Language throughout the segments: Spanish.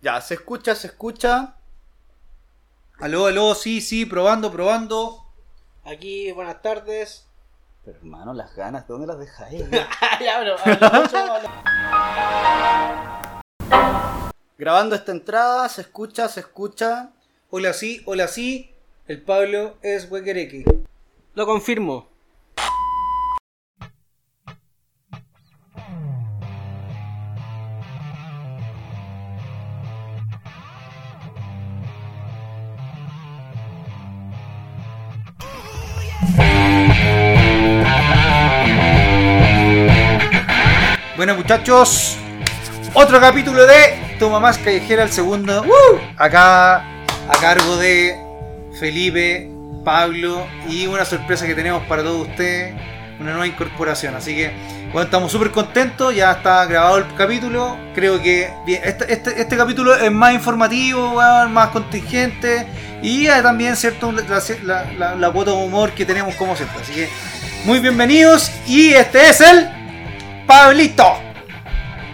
Mira, se escucha, se escucha. Aló, aló, sí, sí, probando, probando. Aquí, buenas tardes. Pero hermano, las ganas, ¿dónde las dejáis? ya, pero habla mucho, habla- Grabando esta entrada, se escucha, se escucha. Hola sí, hola sí. El Pablo es Huequereque. Lo confirmo. Bueno muchachos, otro capítulo de Tu Mamás Callejera, el segundo. Acá a cargo de Felipe, Pablo y una sorpresa que tenemos para todos ustedes, una nueva incorporación. Así que bueno, estamos súper contentos, ya está grabado el capítulo. Creo que bien, este, este- este capítulo es más informativo, weón, más contingente y eh, también cierto la, la- la- la cuota de humor que tenemos como siempre. Así que muy bienvenidos y este es el Pablito.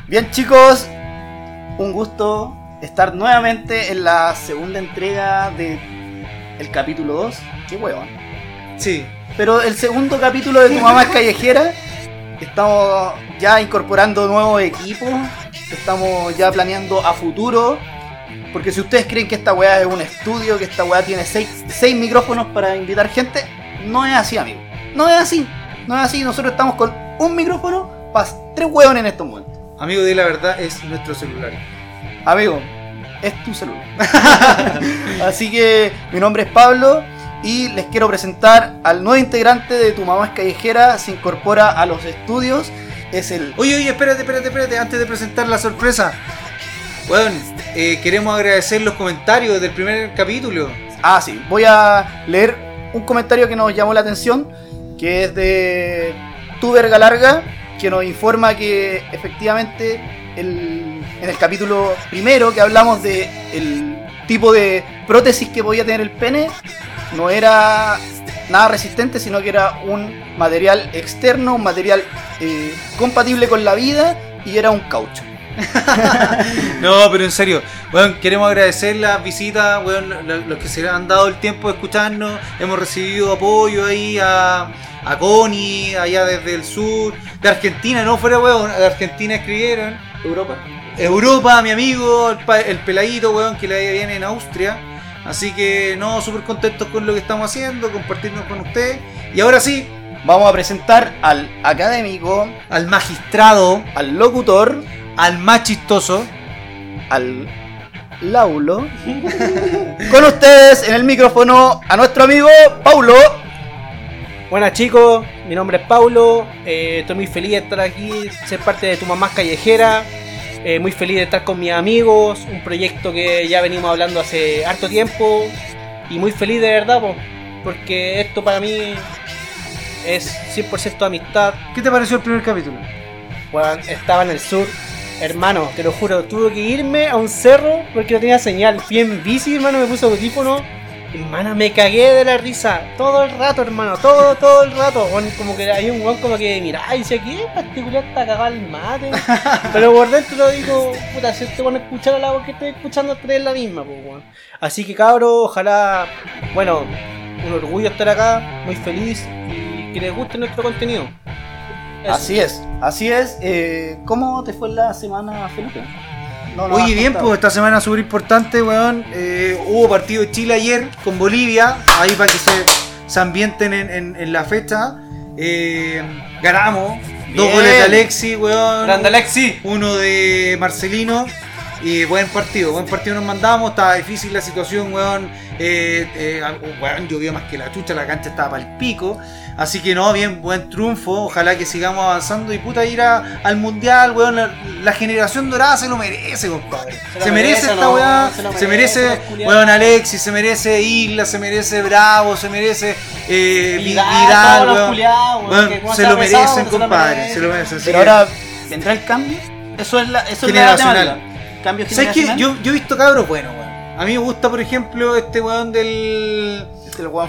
Bien chicos, un gusto estar nuevamente en la segunda entrega de el capítulo 2. Qué huevón. Sí, Pero el segundo capítulo de Tu Mamá es Callejera. Estamos ya incorporando nuevos equipos. Estamos ya planeando a futuro. Porque si ustedes creen que esta weá es un estudio, que esta weá tiene seis, seis micrófonos para invitar gente, no es así, amigo. No es así. No es así. Nosotros estamos con un micrófono para tres hueones en estos momentos. Amigo, de la verdad, es nuestro celular. Amigo, es tu celular. Así que mi nombre es Pablo y les quiero presentar al nuevo integrante de Tu Mamá es Callejera. Se incorpora a los estudios. Es el. Oye, oye, espérate, espérate, espérate, antes de presentar la sorpresa. Bueno, eh, queremos agradecer los comentarios del primer capítulo. Ah, sí, voy a leer un comentario que nos llamó la atención. Que es de Tu Verga Larga. Que nos informa que efectivamente el- en el capítulo primero que hablamos de el tipo de prótesis que podía tener el pene. no era nada resistente, sino que era un material externo, un material eh, compatible con la vida y era un caucho. No, pero en serio, bueno, queremos agradecer las visitas, bueno, lo- los que se han dado el tiempo de escucharnos. Hemos recibido apoyo ahí a, a Connie, allá desde el sur, de Argentina, no fuera, weón, de Argentina escribieron. Europa. Europa, mi amigo, el, pa- el peladito, weón, que le viene en Austria. Así que no, súper contentos con lo que estamos haciendo, compartirnos con ustedes. Y ahora sí, Vamos a presentar al académico, al magistrado, al locutor, al más chistoso. al laulo. Con ustedes en el micrófono a nuestro amigo Paulo. Buenas chicos, mi nombre es Paulo, eh, estoy muy feliz de estar aquí, ser parte de tu mamá callejera, eh, muy feliz de estar con mis amigos, un proyecto que ya venimos hablando hace harto tiempo y muy feliz de verdad, po, porque esto para mí es 100% amistad. ¿Qué te pareció el primer capítulo? Weón, estaba en el sur, hermano, te lo juro, tuve que irme a un cerro porque no tenía señal, fui en bici, hermano, me puse audífono. Hermano, me cagué de la risa todo el rato, hermano, todo, todo el rato. Weón, como que hay un weón como que mira, y dice, ¿qué particular está cagado el mate? Pero por dentro digo, puta, si este weón escuchara la voz que estoy escuchando, esta es la misma, pues, weón. Así que cabros, ojalá, bueno, un orgullo estar acá, muy feliz y que les guste nuestro contenido. Eso. Así es, así es. Eh, ¿Cómo te fue la semana, Felipe? No, no Oye, has bien, contado. pues esta semana súper importante, weón. Eh, hubo partido de Chile ayer con Bolivia, ahí para que se, se ambienten en, en- en la fecha. Eh, ganamos, dos Bien. goles de Alexi, weón. Grande Alexi. uno de Marcelino. Y buen partido, buen partido nos mandamos, estaba difícil la situación, weón. Eh, eh, weón, llovió más que la chucha, la cancha estaba para el pico. Así que no, bien, buen triunfo. Ojalá que sigamos avanzando y puta ir a- al mundial, weón. La, la generación dorada se lo merece, compadre. Se, Se merece, lo merece, esta no, weá. se lo Se merece, merece, los culiados. weón, Alexis, se merece Isla, se merece Bravo, se merece eh, Vi- Vidal, Vidal, todos los weón. culiados, weón, Weón, que cómo se está lo pesado, merecen, se lo compadre. merecen. Se lo merecen. así Pero que- ahora vendrá el cambio. Eso es la, eso es la Generacional. temática. Cambio ¿Sabes qué? generacional. Yo, yo he visto cabros buenos, weón. A mí me gusta, por ejemplo, este weón del. Este, el weón-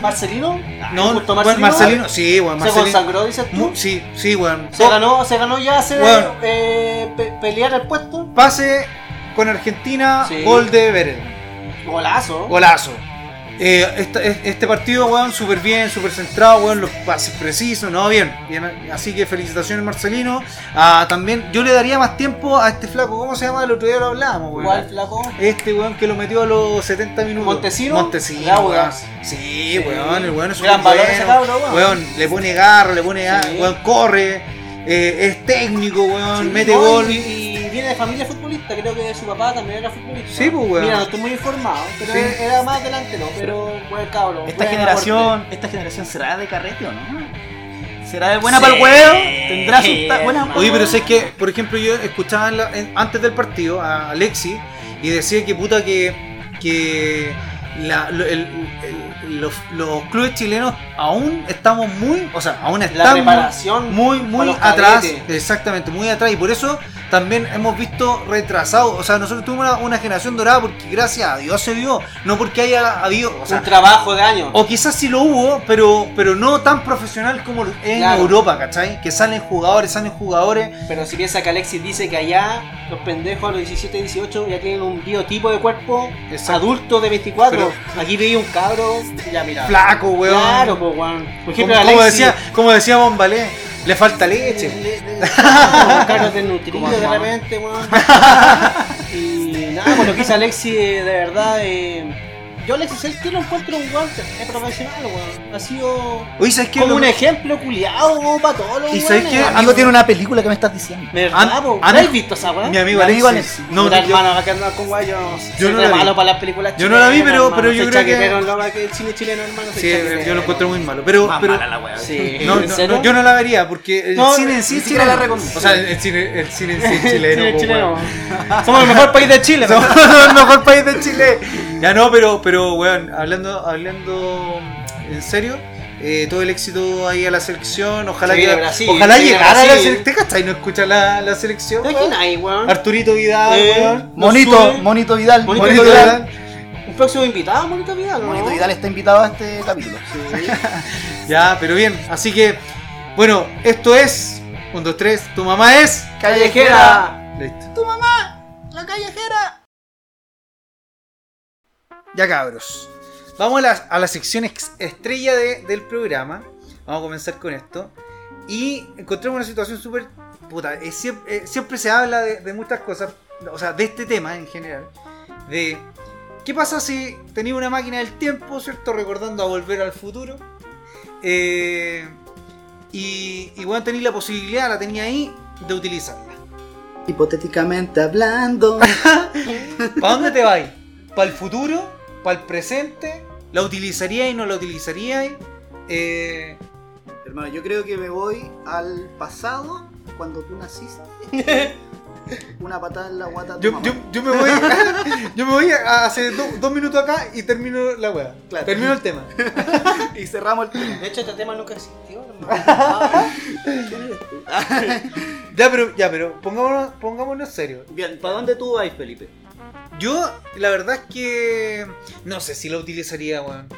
¿Marcelino? No, ¿Te gustó weón, Marcelino. Sí, weón, ¿Se Marcelino. consagró, dices tú? Mu- Sí, sí, weón. ¿Se ganó, se ganó ya hacer Bueno. eh, pe- pelear el puesto? Pase con Argentina, Sí. gol de Beren. Golazo. Golazo. Eh, esta- es- este partido, weón, súper bien, súper centrado, weón, los pases precisos, no, bien, bien. Así que felicitaciones, Marcelino. Ah, también, yo le daría más tiempo a este flaco, ¿cómo se llama? El otro día lo hablábamos, weón. Igual flaco. Este weón que lo metió a los 70 minutos. ¿Montesino? Montesino. Lauda. weón. Sí, weón, el weón es un Gran valor ese cabrón, weón. weón. Le pone garra, le pone garra, Sí. weón, corre, eh, es técnico, weón, Sí, mete no, gol. Y, y viene de familia futbolista, creo que su papá también era futbolista. Sí, pues, weón. Mira, no estoy muy informado, pero Sí. él era más delantero, pero buen cabrón. Esta buen generación, aporte. esta generación será de carrete o no? ¿Será de buena para el huevo? ¿Tendrá sus ta- buenas Oye, pero sé que, por ejemplo, yo escuchaba en la- en- antes del partido a Alexi y decía que puta que, que la- lo- el- el- los, los clubes chilenos aún estamos muy, o sea, aún La estamos preparación. muy, para muy los atrás, cadetes. exactamente, muy atrás y por eso también hemos visto retrasados, o sea, nosotros tuvimos una, una generación dorada porque gracias a Dios se dio, no porque haya habido, o sea, un trabajo de años. o quizás sí lo hubo, pero, pero no tan profesional como en Claro. Europa, ¿cachai? Que salen jugadores, salen jugadores. Pero si piensa que Alexis dice que allá los pendejos a los 17, 18 ya tienen un biotipo de cuerpo adulto de 24. Aquí veía un cabro y ya mira. Flaco, weón. Claro, pues, weón. Por ejemplo, como, como Alexis. decía, como decía Bombalé, le falta leche. le- le- un cabro desnutrido Como de mamá. repente, weón. y nada, con lo que hizo Alexis, eh, de verdad. eh, yo, Alexis, él tiene un encuentro un guante. Es profesional, weón. Ha sido Oye, ¿sabes qué? como Lo- un ejemplo culiado, weón, para todos los ¿Y sabes weones, qué? weón. Amigo, Amigo, tiene una película que me estás diciendo. ¿Verdad, An- po? an- ¿No has visto esa, weón? Mi amigo Mi amigo Alexis. Alexis. No, Puta, yo- hermano, va a andar con guay, yo no sé, Yo no soy la vi. malo para las películas Yo no la vi, chilenas, pero- hermano, pero yo soy creo que- chaquetero en lo más que el cine chileno, hermano. soy sí, chaquetero. yo lo encuentro muy malo. Pero, Más pero mala la hueá. Sí. no, ¿En no, serio? no, yo no la vería porque el No, cine en sí ni es siquiera chileno. la recomiendo. O sea, el cine, el cine en sí es Sí, chileno. po, chileno. weón. Somos el mejor país de Chile. Somos el mejor país de Chile. Ya no, pero, pero weón, hablando, hablando en serio, eh, todo el éxito ahí a la selección. Ojalá Se que viene Brasil, ojalá se viene llegara a la Brasil. selección. ¿Te cachai? No escucha la, la selección. ¿Te weón? imaginas ahí, weón? Arturito Vidal, Eh, weón. Monito, sube. Monito Vidal. Monito Arturito Vidal. Vidal. Un próximo invitado, Monito Vidal, ¿no? Monito Vidal está invitado a este capítulo. Ya, pero bien. Así que, bueno, esto es. 1, 2, 3. Tu mamá es. Callejera. Listo. La callejera. Ya cabros. Vamos a la, a la sección ex- estrella de- del programa. Vamos a comenzar con esto. Y encontramos una situación súper... Puta, es siem- eh, siempre, se habla de, de muchas cosas. O sea, de este tema en general. De... ¿Qué pasa si tenía una máquina del tiempo, ¿cierto? Recordando a volver al futuro. Eh, y igual tenía la posibilidad, la tenía ahí, de utilizarla. Hipotéticamente hablando. ¿Para dónde te vais? ¿Para el futuro? ¿Para el presente? ¿La utilizaríais? no la utilizaríais? Eh, Hermano, yo creo que me voy al pasado cuando tú naciste. Una patada en la guata. a tu yo, mamá. yo, yo me voy, yo me voy a- hace do- dos minutos acá y termino la weá. Claro. Termino el tema. Y cerramos el tema. De hecho, este tema nunca existió, hermano. Ya, pero, ya, pero pongámonos, pongámonos serio. Bien, ¿para dónde tú vas, Felipe? Yo, la verdad es que no sé si la utilizaría, weón.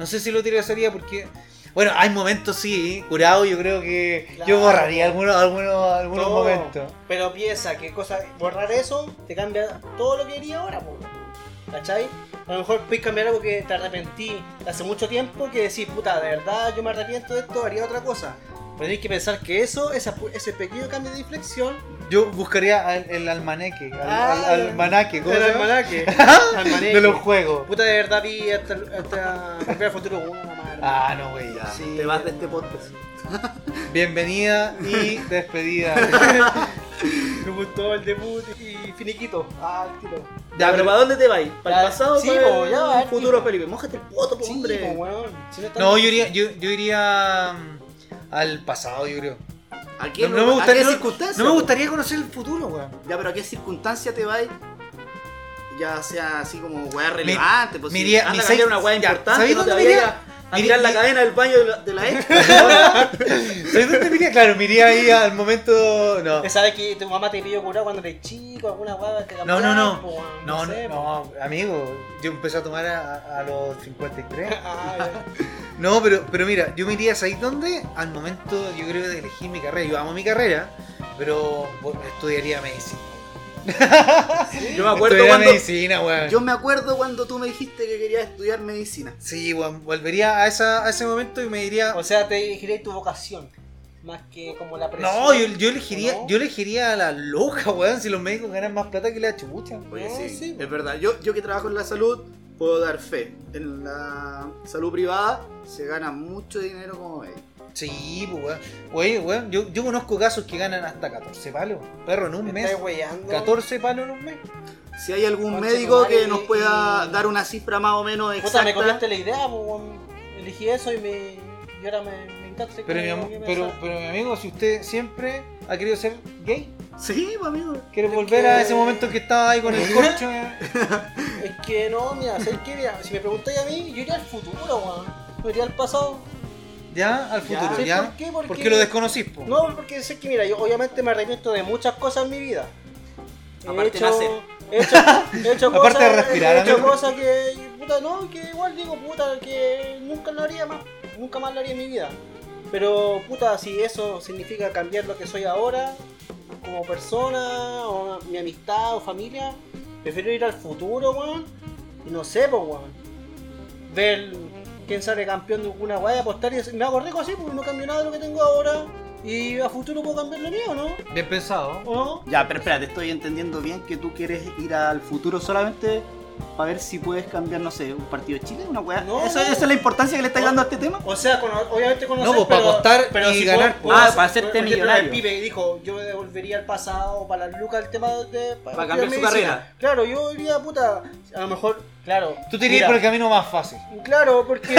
No sé si la utilizaría porque. Bueno, hay momentos sí, curado, yo creo que Claro. yo borraría algunos, algunos, algunos No, momentos. Pero piensa que cosa, borrar eso te cambia todo lo que haría ahora, po. ¿cachai? A lo mejor puedes cambiar algo que te arrepentí hace mucho tiempo que decís, puta, de verdad yo me arrepiento de esto, haría otra cosa. Pero tenés que pensar que eso, esa pu- ese pequeño cambio de inflexión, Yo buscaría al- el almaneque, al, Ah, al- almanaque, ¿cómo del se llama? almanaque, almanaque. De los juegos. Puta, de verdad vi hasta, hasta Volver al futuro 1, madre. Ah, no, güey, ya. Sí. Te vas de este podcast. Bienvenida y despedida. Me gustó el debut y finiquito. Ah, el tiro. Ya, pero ¿para dónde te vas? ¿Para el Ya, pasado o sí, para po, el ya va, el futuro, tipo. Felipe? Mójate el poto, po, hombre. Sí, po, weón. pues, Si no está- pues, no, yo iría, yo, yo iría mm, al pasado, yo creo. ¿A qué, No, no me ¿a qué gustaría, no, circunstancia? no me po? gustaría conocer el futuro, weón. Ya, pero ¿a qué circunstancia te vas? Ya sea así como weá relevante. pues, me sí. iría- Anda Mi a seis- cambiar una weá ya, importante, ¿sabéis no te dónde vayas iría? a Mi- tirar la mi- cadena del baño de la, de la ex. ¿Sabes dónde me iría? Claro, me iría ahí al momento. No, Te sabes que tu mamá te pidió curado cuando eres chico, alguna hueá que no, no. cambiar, No, po, weón, no, sé, no, po. no, amigo. Yo empecé a tomar a, a los 53. Ah, No, pero, pero mira, yo me iría ¿sabes dónde? Al momento, yo creo, de elegir mi carrera. Yo amo mi carrera, pero bueno, estudiaría medicina. Yo me acuerdo Estudiar cuando. medicina, weón. Yo me acuerdo cuando tú me dijiste que querías estudiar medicina. Sí, weón. Volvería a, esa, a ese momento y me diría. O sea, te elegiría tu vocación. Más que como la presión. No, yo, yo elegiría, ¿No? yo elegiría a la loca, weón, si los médicos ganan más plata que la chucha. Oye, No, sí, sí, es bueno. verdad. Yo, yo que trabajo en la salud puedo dar fe. En la salud privada se gana mucho dinero como médico. Sí, pues, weón. Oye, weón, yo, yo conozco casos que ganan hasta 14 palos. Perro, en un Me mes. estás weyando. 14 palos en un mes. Si hay algún Conche médico tu madre, que nos pueda y- dar una cifra más o menos Puta, exacta. me copiaste la idea, pues, weón. elegí eso y me. Y ahora me, me encanta. Pero mi, am- pero, pero mi amigo, si usted siempre ha querido ser gay, Sí, pues, amigo. quiere Es volver a que- ese momento que estaba ahí con el corcho. eh. Es que no, mira, ¿sabes qué? Mira, si me preguntáis a mí, yo iría al futuro, weón. No iría al pasado. Ya, al Ya. futuro, ¿Sí? ya. ¿Por qué? Porque- Porque lo desconocís, po. No, porque sé que, mira, yo obviamente me arrepiento de muchas cosas en mi vida. Aparte de nacer. He hecho, he hecho cosas, Aparte de respirar, he hecho amigo. cosas que, puta, no, que igual digo, puta, que nunca lo haría más, nunca más lo haría en mi vida. Pero, puta, si eso significa cambiar lo que soy ahora, como persona, o mi amistad o familia, prefiero ir al futuro, weón, y no sé, pues, weón. Ver quién sale campeón de alguna weá, apostar y decir, me hago rico así, porque pues, no cambio nada de lo que tengo ahora, y a futuro puedo cambiar lo mío, ¿no? Bien pensado. ¿O no? Ya, pero espérate, estoy entendiendo bien que tú quieres ir al futuro solamente para ver si puedes cambiar, no sé, un partido de Chile, una weá. No, ¿Eso, no. ¿Esa es la importancia que le estás No. dando a este tema? O sea, cono- obviamente conocer, No, pues, pero, para apostar pero y si ganar, puedo- pues. puedo Ah, hacer- para hacerte por ejemplo, millonario. El pibe dijo, yo me devolvería al pasado para las lucas el tema de... Para cambiar su carrera. Claro, yo iría, puta, a lo mejor, claro. Tú te irías mira, por el camino más fácil. Claro, porque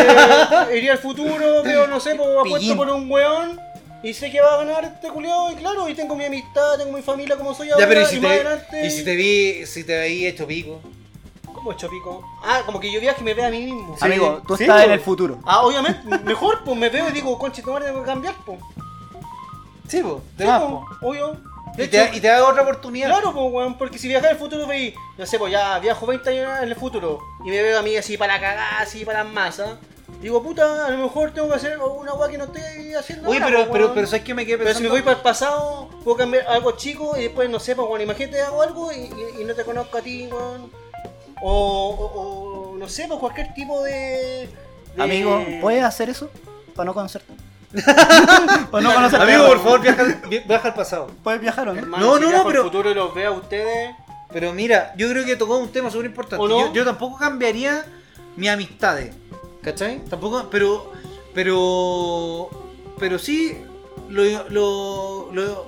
iría al futuro, pero no sé, pues, apuesto Pillín. por un weón y sé que va a ganar este culiao y claro, y tengo mi amistad, tengo mi familia como soy ahora Ya, pero ¿y y, si más te, adelante... y si te vi, si te veí hecho pico? ¿Cómo hecho pico? Ah, como que yo viaje y me vea a mí mismo. Amigo, tú Sí, estás po. en el futuro. Ah, obviamente, mejor, pues, me veo y digo, conche, tu madre, tengo que cambiar, pues. Sí, po. De Sí, más, po, Ah, po. obvio. De Y te, hecho, y te da otra oportunidad. claro, pues, weón, porque si viajas al futuro, veis, no sé, pues ya viajo 20 años en el futuro y me veo a mí así para la cagada, así para las masas. Digo, puta, a lo mejor tengo que hacer una weá que no estoy haciendo. Oye, ahora, pero, po, pero, weón. pero ¿sabes qué me quedé Pero si me pensando? voy para el pasado, puedo cambiar algo chico y después, no sé, pues, weón, imagínate hago algo y, y- y no te conozco a ti, weón. O, o- o, no sé, pues cualquier tipo de. de- Amigo, ¿puedes hacer eso? Para no conocerte. para no conocerte. Amigo, por favor, viaja, al- vi- viaja al pasado. ¿Puedes viajar o no? Hermano, No, si no, viajo no, al pero- futuro y los veo a ustedes. Pero mira, yo creo que tocó un tema súper importante. ¿O no? Yo, yo tampoco cambiaría mis amistades. ¿Cachai? Tampoco, pero. Pero. Pero sí lo, lo, lo,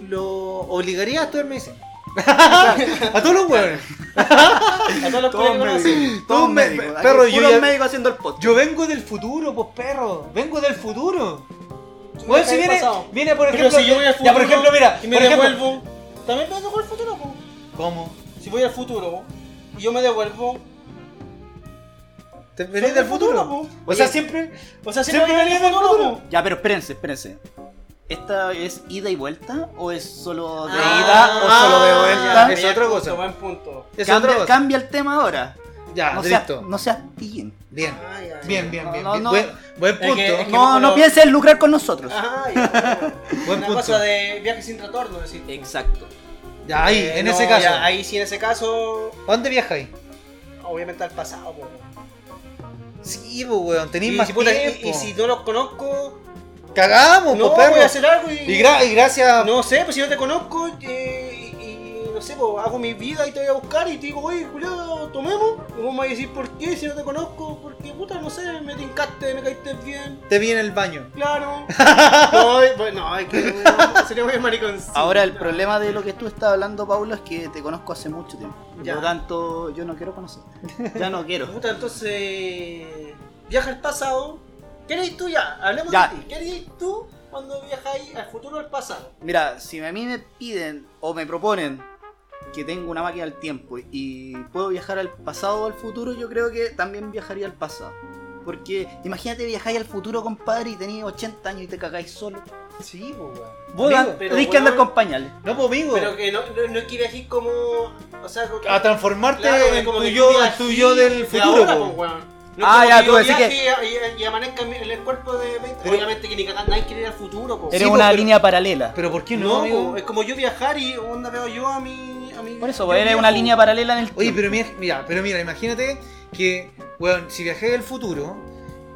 lo obligaría a estudiar medicina. a todos los huevones. A todos los Todos que conocen. médicos, Todos todos me- médicos. Aquí perro, yo puros ya- médicos haciendo el podcast. Yo vengo del futuro, pues perro. Vengo del futuro. Tú Bueno, viajas si al viene, pasado. viene por Pero ejemplo. si yo voy al futuro ya, por ejemplo, mira. y me por ejemplo- devuelvo, también me devuelvo al futuro. po. ¿Cómo? Si voy al futuro y yo me devuelvo, ¿Te venís Soy del del futuro, futuro? po. o sea, siempre. o sea, si Siempre me voy venía del futuro. po. Ya, pero espérense, espérense. ¿Esta es ida y vuelta o es solo de Ah, ida o solo de ya, vuelta? Es otra punto, cosa. Buen punto. Es otra Cambia, cosa. cambia el tema ahora. Ya, No seas, listo. no seas pillín. Bien. Ay, ay, Bien, bien, No, bien. no, bien. no. Buen, buen Es que- punto. es que- Ah, No, no pienses en lucrar con nosotros. Ay, Buen una punto. cosa de viaje sin retorno, decir. Exacto. Ya, ahí, Eh, en no, ese caso. ya, ahí sí, en ese caso, ¿A dónde viajáis? obviamente al pasado. po. Sí, pues, weón. Tenéis Y, más si, puta, y- tiempo. y si no los conozco, Cagamos, no pues, perro. voy a hacer algo y, Y, gra- y Ah. gracias. No sé, pues si no te conozco, eh, y, y no sé, pues hago mi vida y te voy a buscar y te digo, oye, culiado, tomemos. Y vos me vas a decir, ¿por qué? Si no te conozco, porque puta, no sé, me tincaste, me caíste bien, Te vi en el baño. claro. pues, no, y- bueno, es que no, sería muy maricón. Ahora, el problema de lo que tú estás hablando, Paulo, es que te conozco hace mucho tiempo. Ya. Por lo tanto, yo no quiero conocerte. Ya no quiero. Puta, entonces, viaja al pasado. ¿Qué eres tú ya? Hablemos Ya. de ti. ¿Qué eres tú cuando viajáis al futuro o al pasado? Mira, si a mí me piden o me proponen que tengo una máquina del tiempo y puedo viajar al pasado o al futuro, yo creo que también viajaría al pasado. Porque imagínate viajáis al futuro, compadre, y tenéis 80 años y te cagáis solo. Sí, pues, weón. Vos Amigo. dan- pero, tenéis que andar weón. con pañales. No, pues, amigo. Pero que no, no, no es que viajes como. O sea, como- Ah, A transformarte Este, Claro, en es como tu que yo, tú en tu viajes yo del de futuro, pues. ahora, po. po, weón. No Ah, es como ya, que tú yo decís viaje eh, Y, y- y amanezca en el cuerpo de 20. Pero- Obviamente que ni cagando nadie quiere ir al futuro, po. Eres Sí, pues, una pero- línea paralela. Pero ¿por qué no, pues, no, amigo? po, es como yo viajar y onda veo yo a mi, a familia. Por eso, Yo weón, es viajo. una línea pues. paralela en el Oye, tiempo. pero mira, mira, pero mira, imagínate que, weón, si viajé al futuro,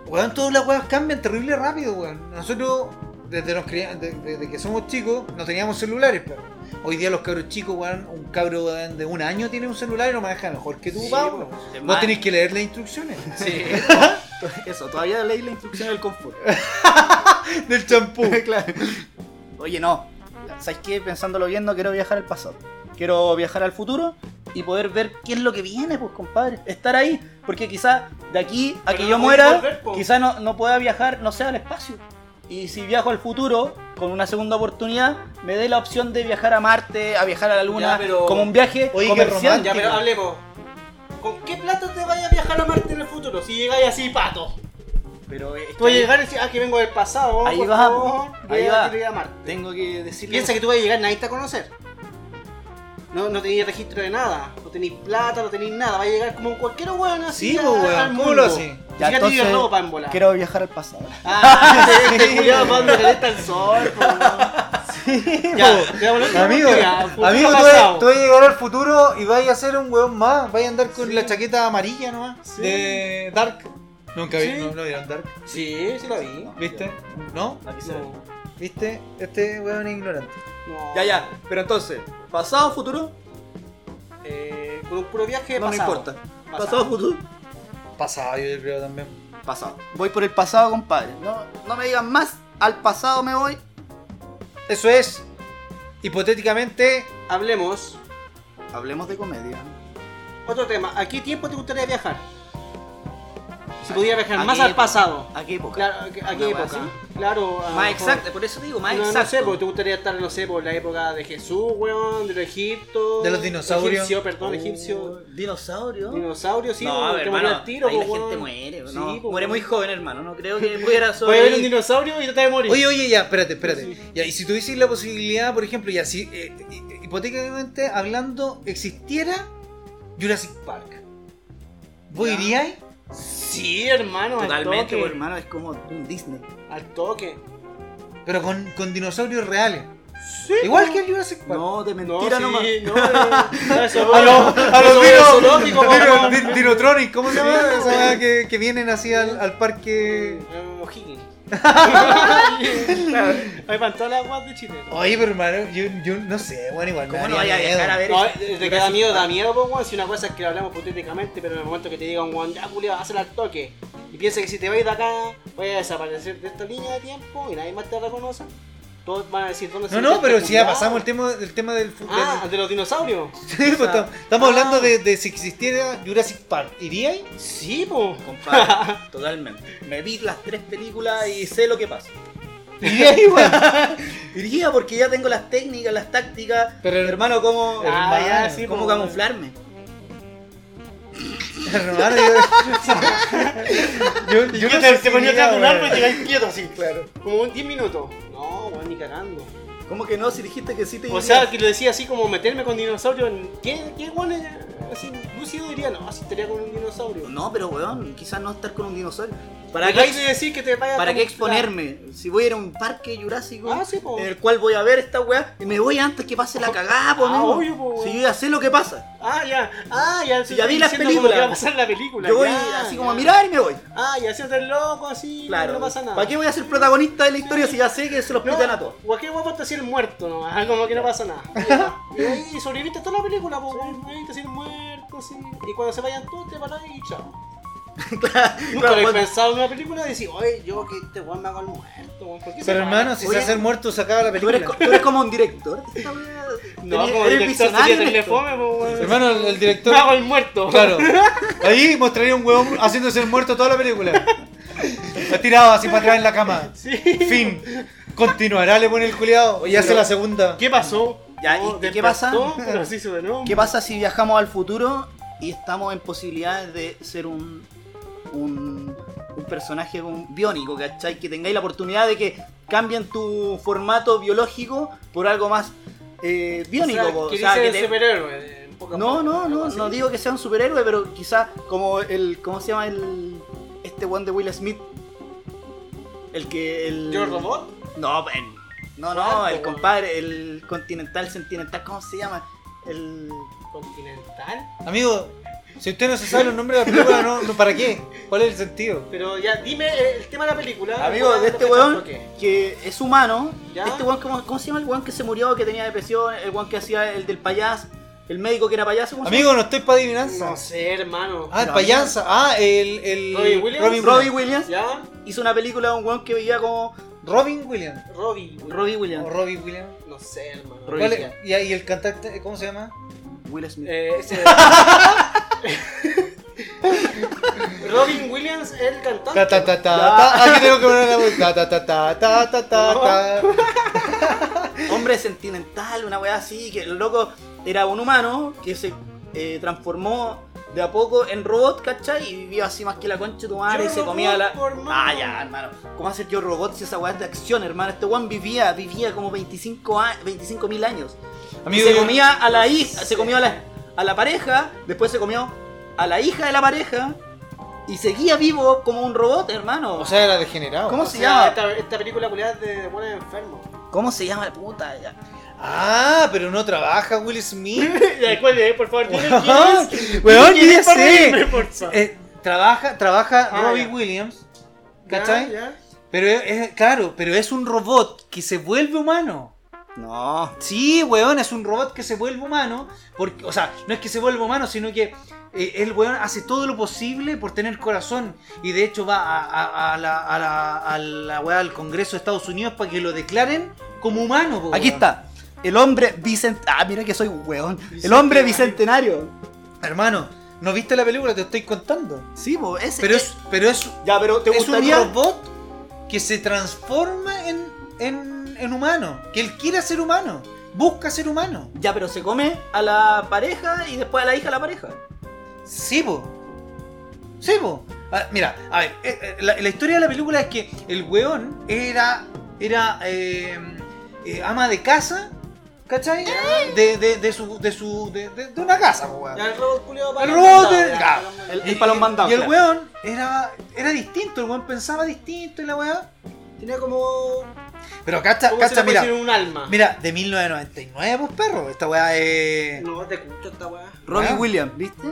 weón, todas las weas cambian terrible rápido, weón. Nosotros, desde, nos cría- de- desde que somos chicos, no teníamos celulares, pero hoy día los cabros chicos, weón, un cabro weón, de un año tiene un celular y lo maneja mejor que tú, Sí, Pablo. po. Vos Mal. tenés que leer las instrucciones Sí. Eso, todavía leí la instrucción del confort. del champú. Claro. Oye, no. ¿Sabes qué? Pensándolo bien, no quiero viajar al pasado. Quiero viajar al futuro y poder ver qué es lo que viene, pues, compadre. Estar ahí. Porque quizá de aquí a Pero que no yo podéis muera, volver, po. quizá no, no pueda viajar, no sea al espacio. Y si viajo al futuro, con una segunda oportunidad, me dé la opción de viajar a Marte, a viajar a la Luna, Ya, pero- como un viaje Oye, qué comercial. Ya, pero hablemos. ¿Con qué plata te vayas a viajar a Marte en el futuro? Si llegáis así, pato. Pero es que Tú vas a llegar y decir, ah, que vengo del pasado. Ahí por va, favor, ahí voy a- va. quiero ir a Marte. tengo que decirle... Piensa que tú vas a llegar, nadie te va a conocer. No, no tenéis registro de nada. No tenéis plata, no tenéis nada. Va a llegar como cualquier weón así. Sí, pues, a- weón, al ¿cómo mundo. lo haces? Ni Ya, siquiera te llevas entonces, ropa en volar. Quiero viajar al pasado. Ah, este culiao, pa' donde caleta el sol, po, weón. Ya, ya, volvemos a la Amigo, partida, futuro amigo, tú pasado. vas, tú vas a llegar al futuro y vas a ser un weón más. Vas a andar con la chaqueta amarilla nomás. Sí. De Dark. Nunca vi, Sí. no, no vieron Dark. Sí, sí lo vi. No. ¿Viste? ¿No? Aquí se ve. No. ¿Viste? Este weón es ignorante. Ya, ya. Pero entonces, pasado, futuro, Eh, con un puro viaje no me pasado. importa. Pasado, futuro. Pasado, yo creo también. Pasado. Voy por el pasado, compadre. No, no me digan más. Al pasado me voy. Eso es, hipotéticamente, Hablemos. Hablemos de comedia. Otro tema. ¿A qué tiempo te gustaría viajar? Si pudiera ¿A viajar más qué al época? pasado. ¿A qué época? Claro, ¿a qué, a qué Una wea época? Claro. a Más lo mejor- exacta, No, por eso digo, no sé, porque te gustaría estar, no sé, por la época de Jesús, weón, del Egipto. De los dinosaurios. Egipcio, perdón, egipcio. ¿Dinosaurio? Dinosaurios, sí, Oh. no, a te ver, murió hermano, al tiro, ahí la po, gente weón. muere. Sí, No, po, muere weón. muy joven, hermano. No creo que pudiera Puede haber un sobrevivir. dinosaurio y tratar de morir. Oye, oye, ya, espérate, espérate. Ya, y si tuviese la posibilidad, por ejemplo, ya si eh, hi- hipotéticamente hablando, existiera Jurassic Park. ¿Vos Ya. irías ahí? Sí, hermano, al Totalmente, toque. po, hermano, es como un Disney. Al toque. Pero con, con dinosaurios reales. Sí, Igual que el Jurassic Park. No, de No, mentira sí, nomás. no, eh, eso, A bueno, los, a eso los es dino- zoológico, dino- weón. di- Dinotronics, ¿cómo se llama? Sí. Esa weá que, que vienen así al, al parque. Eh, O'Higgins. Ahí van todas las guas de Chile. ¿no? Oye, pero hermano, yo, yo no sé, bueno, igual. me ¿Cómo no daría vaya a viajar miedo. a ver No, eso? eh, de que da miedo, da miedo, pues, weón. Si una cosa es que lo hablamos hipotéticamente, pero en el momento que te diga un weón, ya, Julio, hazla al toque. Y piensa que si te vais de acá, voy a desaparecer de esta línea de tiempo y nadie más te reconoce. Todos van a decir dónde No, no, pero si ya pasamos el tiempo. tema, el tema del fútbol. Ah, de los dinosaurios. estamos estamos hablando de, de si existiera Jurassic Park. ¿Iría ahí? Sí, pues. Compadre, totalmente. Me vi las tres películas y sé lo que pasa. ¿Iría ahí, weón? Diría porque ya tengo las técnicas, las tácticas. Pero- hermano, ¿cómo, Ah, ya, sí, ¿cómo po, camuflarme? Hermano, yo. yo, yo no sé si iría, weón. llegáis quieto así. Claro. Como un 10 minutos. No, weón, ni cagando. ¿Cómo que no? Si dijiste que sí te O sea, que lo decía así como meterme con dinosaurios. ¿Qué, qué weón es así? Lúcido diría, no, así estaría con un dinosaurio. No, pero weón, quizás no estar con un dinosaurio. ¿Para ¿Para qué qué, hay de decir que te vaya para a qué exponerme? Si voy a ir a un parque jurásico Ah, sí, po. en el cual voy a ver esta weá y me voy antes que pase la cagada, po, Ah, no. obvio, po, Si weón. yo ya sé lo que pasa. Ah, ya. Ah, ya. Si ya vi las Diciendo como películas. que va a pasar la película. Yo voy ya, así ya. como a mirar y me voy. Ah, ya, haciéndote el loco así. Claro. No pasa nada. ¿Para qué voy a ser protagonista de la historia si ya sé que se los pitan a todos? No, cualquier guapo te el muerto nomás, como que no pasa nada. Ahí va. Y ahí sobreviviste toda la película, po, weón. ahí te hacen muerto, así. Y cuando se vayan todos, te parás y chao. Nunca Claro, habéis cuando- pensado en una película y decís, oye, yo que este weón me hago el muerto, weón. ¿Por qué se Pero para? hermano, si Oye, se hace el muerto, se acaba la Tú eres, película. co- tú eres como un director. Esta weá- No, eres- como eres director visionario sería en esto. telefome, po, pues, weón. Hermano, el, el director. Me hago el muerto. Claro. Ahí mostraría un huevón haciéndose el muerto toda la película. Está tirado así para atrás en la cama. Sí. Fin. Continuará, le pone el culiado. Y hace la segunda. ¿Qué pasó? Ya, No, ¿y- y qué pasa? despertó, Pero se hizo de nuevo. ¿Qué pasa si viajamos al futuro y estamos en posibilidades de ser un, un, un personaje un- biónico, ¿cachai? Que tengáis la oportunidad de que cambien tu formato biológico por algo más eh, biónico. po. O O sea, sea, que que dice te- superhéroe. en pocas No, no, palabras, algo no, así. no digo que sea un superhéroe, pero quizás como el. ¿Cómo se llama el. este one de Will Smith? El que. El... ¿Yo robot? No, el- no, no, ¿Cuál, el po? compadre, el continental, sentimental, ¿cómo se llama? el Continental. Amigo, si usted no se sabe los nombres de la película, no, no, ¿para qué? ¿Cuál es el sentido? Pero ya, dime el, el tema de la película. Amigo, ¿Cuál de es este el weón toque? que es humano. Ya. Este weón, ¿cómo, cómo se llama el weón que se murió, que tenía depresión? El weón que hacía el del payaso, el médico que era payaso. ¿cómo se Amigo, no estoy para adivinanza. No sé, hermano. Ah, el payanza. Ah, el. el Robin Williams. Robin, llama? Robbie Williams. Williams ¿Ya? hizo una película de un weón que veía como Robin Williams. Robbie. weón. Robbie Williams. O Robin Williams. No sé, hermano. Robbie ¿Cuál es? Williams. ¿Y, y el cantante, cómo se llama? Will Smith. Eh, ese- Robin Williams, el cantante. Ta ta ta ta ta. Aquí tengo que poner la voz. Ta ta ta ta ta ta ta. ta. Hombre sentimental, una weá así, que el loco era un humano que se eh, transformó de a poco en robot, ¿cachai? Y vivía así más que la concha de tu madre Yo y se robot, comía la. po, hermano. Ah, ya, hermano. ¿Cómo hacer yo robot si esa weá es de acción, hermano? Este weón vivía, vivía como 25 a- 25 mil años. Y Amigo, se yo- comía a la hija, se comió a la, a la pareja, después se comió a la hija de la pareja y seguía vivo como un robot, hermano. O sea, era degenerado. ¿Cómo O se sea, llama? Esta, esta película culiada es de buena enfermo. ¿Cómo se llama la puta? Ya. Ah, pero no trabaja Will Smith. ¿Cuál es? Por favor, dime Weón, quién es. weón, ¿Quién yo ya es para reírme, sé. por favor? Eh, trabaja, trabaja Ah, Robbie ya. Williams. Ya, ¿Cachai? ya. Pero es, es- claro, pero es un robot que se vuelve humano. No. Sí, weón, es un robot que se vuelve humano. Porque, o sea, no es que se vuelva humano, sino que eh, el weón hace todo lo posible por tener corazón. Y de hecho va a, a- a la, a la- a la weá al Congreso de Estados Unidos para que lo declaren como humano. po, Aquí weón. está. El hombre bicentenario. Ah, mira que soy un weón. El hombre bicentenario. Hermano, ¿no viste la película? Te estoy contando. Sí, pues ese. Pero es, pero es, Ya, pero ¿te es un gustaría? robot que se transforma en, en, en humano. Que él quiere ser humano. Busca ser humano. Ya, pero se come a la pareja y después a la hija de la pareja. Sí, po. Sí, po. Ah, mira, a ver, eh, eh, la, la historia de la película es que el weón era, era eh, eh, ama de casa, ¿cachai? De, de, de su, de, su, de, de- de una casa, po, weón. Ya, el robot culiado El robot de- ya. El, el palón bandado. Y el claro. weón era, era distinto, el weón pensaba distinto y la weá. Tenía como. Pero cacha, como si cacha, le mira, pusiera un alma. mira, de 1999, pues perro, esta weá es... No, te escucho esta weá. Robbie Ah. Williams, ¿viste?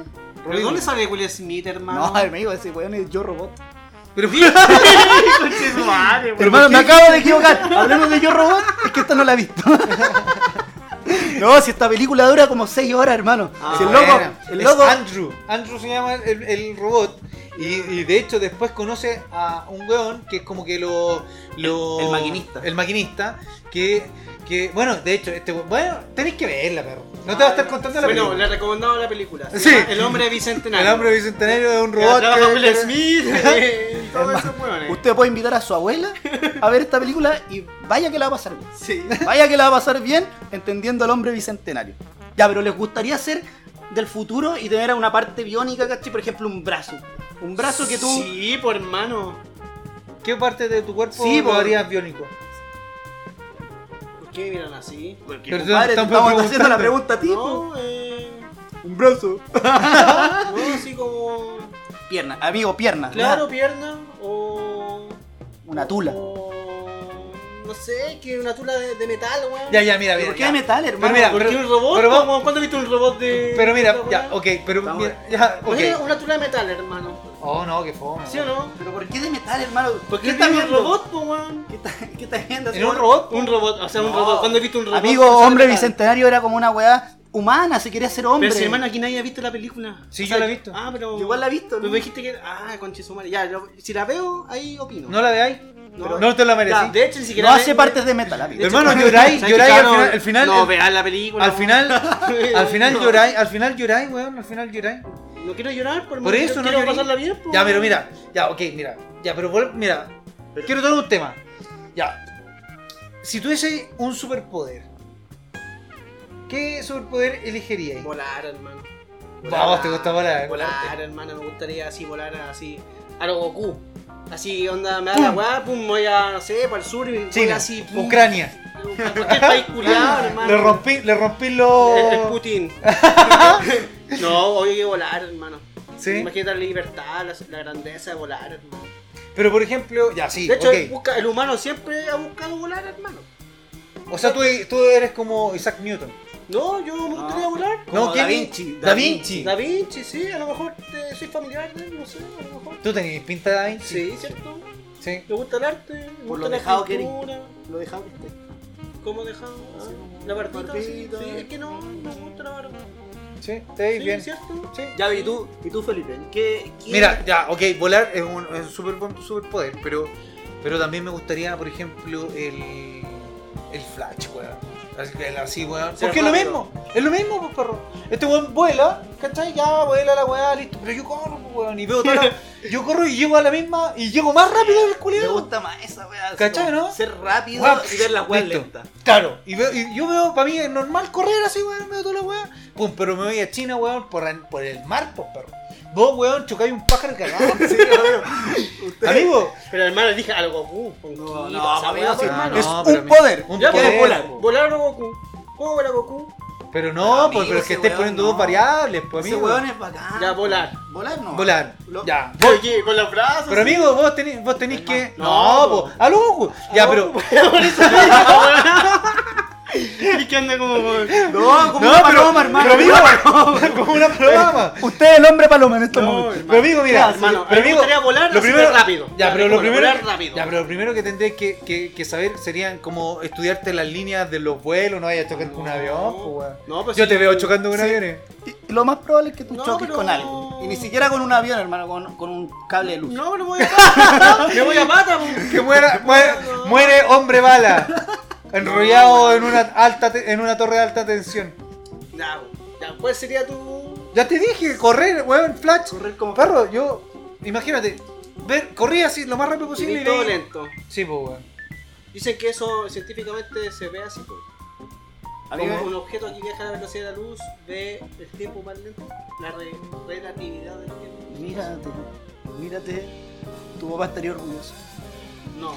¿De dónde sale Will Smith, hermano? No, amigo, ese weón es yo robot. Pero, Conche su madre, weón. Hermano, me acabo de equivocar. Hablemos de yo robot. Es que esta no la he visto. No, si esta película dura como 6 horas, hermano. Ah, si el loco, Bueno, el es loco Andrew. Andrew se llama el, el robot. Y, y de hecho después conoce a un weón que es como que lo... lo- El- el maquinista. El maquinista. Que, que, bueno, de hecho, este we- bueno, tenéis que verla, perro. No te va a estar contando la Bueno, película. le recomendaba la película. Se Sí. llama El hombre bicentenario. El hombre bicentenario es un Que robot. trabaja que- Will que- Smith. eh, y Todos esos weones. Usted puede invitar a su abuela a ver esta película y vaya que la va a pasar bien. Sí. Vaya que la va a pasar bien entendiendo al hombre bicentenario. Ya, pero les gustaría ser del futuro y tener una parte biónica, ¿cachai? Por ejemplo, un brazo. Un brazo que tú. Sí, por hermano. ¿Qué parte de tu cuerpo Sí, lo por- harías biónico? ¿Por qué miran así? Porque, Pero compadre, tú te tampoco estamos haciendo la preguntaste. pregunta a ti, po. No, eh. Un brazo. No, así como. Pierna, amigo, pierna. Claro, nada. pierna o. Una tula. O, no sé, que una tula de, de metal, weón. Ya, ya, mira, ¿Pero mira. ¿Por qué ya. de metal, hermano? mira, ¿Por qué pero- un robot? pero vos- ¿Cómo- ¿Cuándo viste un robot de.? Pero de mira, esta ya, weá? ok, pero Vamos. mira, ya, ok. Imagina una tula de metal, hermano. Oh no, qué fome. ¿Sí o no? ¿Pero por qué de metal, hermano? ¿Por qué ¿Qué está tiene un viendo? robot, po, weón? ¿Qué está- qué está viendo? ¿En un robot? Un robot, o sea, un No. robot. ¿Cuándo has visto un robot? Amigo, que sea hombre metal? bicentenario era como una weá humana, se quería ser hombre. Pero si, hermano, aquí nadie ha visto la película. Sí, yo la he visto. Ah, pero. Yo Igual la he visto, Pero ¿no? me dijiste que. Ah, conche su madre. Ya, yo- si la veo, ahí opino. ¿No la veáis? No. No te la Ya, merecí. de hecho, ni siquiera. No ve- hace ve- partes de metal, amigo. de hecho, Hermano, cuando- lloráis, ¿sabes qué, lloráis, al cabrón? final- al final- No, el- veas la película. Al weón. final, al final No. lloráis, al final lloráis, weón, al final lloráis. No quiero llorar, por, Por eso no quiero lloré. pasarla bien. po. Ya, pero mira, ya, ok, mira. Ya, pero vol- mira, quiero tocar un tema. Ya. Si tuviese un superpoder, ¿qué superpoder elegiríais? Volar, hermano. Vamos, te gusta volar. Volar, hermano, me gustaría así volar así. A lo Goku. Así, onda, me da la weá, pum, voy a, no sé, para el sur y voy China, así, pum. Ucrania. Cualquier país culiado, hermano. Le rompí, le rompí El, el los. Putin. no, obvio que volar, hermano. Sí. Imagínate la libertad, la, la grandeza de volar, hermano. Pero por ejemplo, ya sí, De hecho, ok. el, busca- el humano siempre ha buscado volar, hermano. O sea, tú, tú eres como Isaac Newton. No, yo me Ah, gustaría volar. No, Da ¿quién? Vinci. Da Vinci. Da Vinci, sí, a lo mejor te- soy familiar de él, no sé, a lo mejor. ¿Tú tenés pinta de Da Vinci? Sí, ¿cierto? Sí. Me gusta el arte, me Por gusta lo la dejado que eres. escultura. Lo dejamos. que esté. ¿Cómo dejado? Así Ah, como la barbita, sí, barbita. sí, es que no, no me gusta la barba. Sí, te veis Sí, bien. ¿cierto? Sí. Ya, ¿y tú, y tú Felipe? ¿Qué, qué- Mira, ya, ok, volar es un, es un super, buen superpoder, pero, pero también me gustaría, por ejemplo, el, el flash, weón. Así, que el- así, weón. Ser Porque es lo rápido. mismo, es lo mismo, pues, perro. Este weón vuela, ¿cachai? Ya vuela la weá, listo. Pero yo corro, pues, weón, y veo toda la- Yo corro y llego a la misma, y llego más rápido al Me culiado. gusta más esa weá. así ¿Cachai, como no? Ser rápido Guau, y ver las weas listo. lentas. Claro, y, veo- y yo veo, para mí es normal correr así, weón, veo toda la weá. Pum, pero me voy a China, weón, por, el- por el mar, pues, perro. Vos, weón, chocáis un pájaro cagado. Amigo, Pero hermano, dije al Goku. con No, Kira, no, esa amigo, weá, sí. hermano. No, Ah, Es pero un mira. poder. Un Ya pues, puedo poder. volar, volar a Goku. ¿Cómo volar a Goku? Pero no, Pero, amigo, pues, pero es ese que estés weón poniendo no. dos variables, pues Ese amigo. weón es bacán. Ya volar. Volar no. Volar. Lo- Ya. Oye, con los brazos. Pero amigo, vos tenés, vos tenés Es que. más. No, No, pues. A lo Goku. Ya, pero. pues. Y que anda como. No, como No, una pero- paloma, hermano. pero amigo, como una paloma. Usted es el hombre paloma en este estos momentos. Pero amigo, mira, hermano, pero a mí me gustaría volar así de rápido. Ya, Así pero lo como primero, volar rápido. ya, pero lo primero que tendrías que, que, que saber serían como estudiarte las líneas de los vuelos, no vayas a chocar con un avión, pues, weón. No, pues Yo sí. te veo chocando con aviones. Y Lo más probable es que tú No, choques pero- con algo. Y ni siquiera con un avión, hermano, con, con un cable de luz. No, pero me voy a pata. Me voy a pata. po. Que muera, muere, muere hombre bala, enrollado en una alta te- en una torre de alta tensión. Ya, po. ya, ¿cuál sería tu. Ya te dije, correr, weón, flash. Correr como Perro, yo, imagínate, ver, corrí así lo más rápido Sí, posible y todo leí- lento. Sí, pues, weón. Dicen que eso científicamente se ve así. po. A mí Como me- un objeto que viaja a la velocidad de la luz ve el tiempo más lento. La re- relatividad del tiempo. Mírate, mírate. Tu papá estaría orgulloso. No.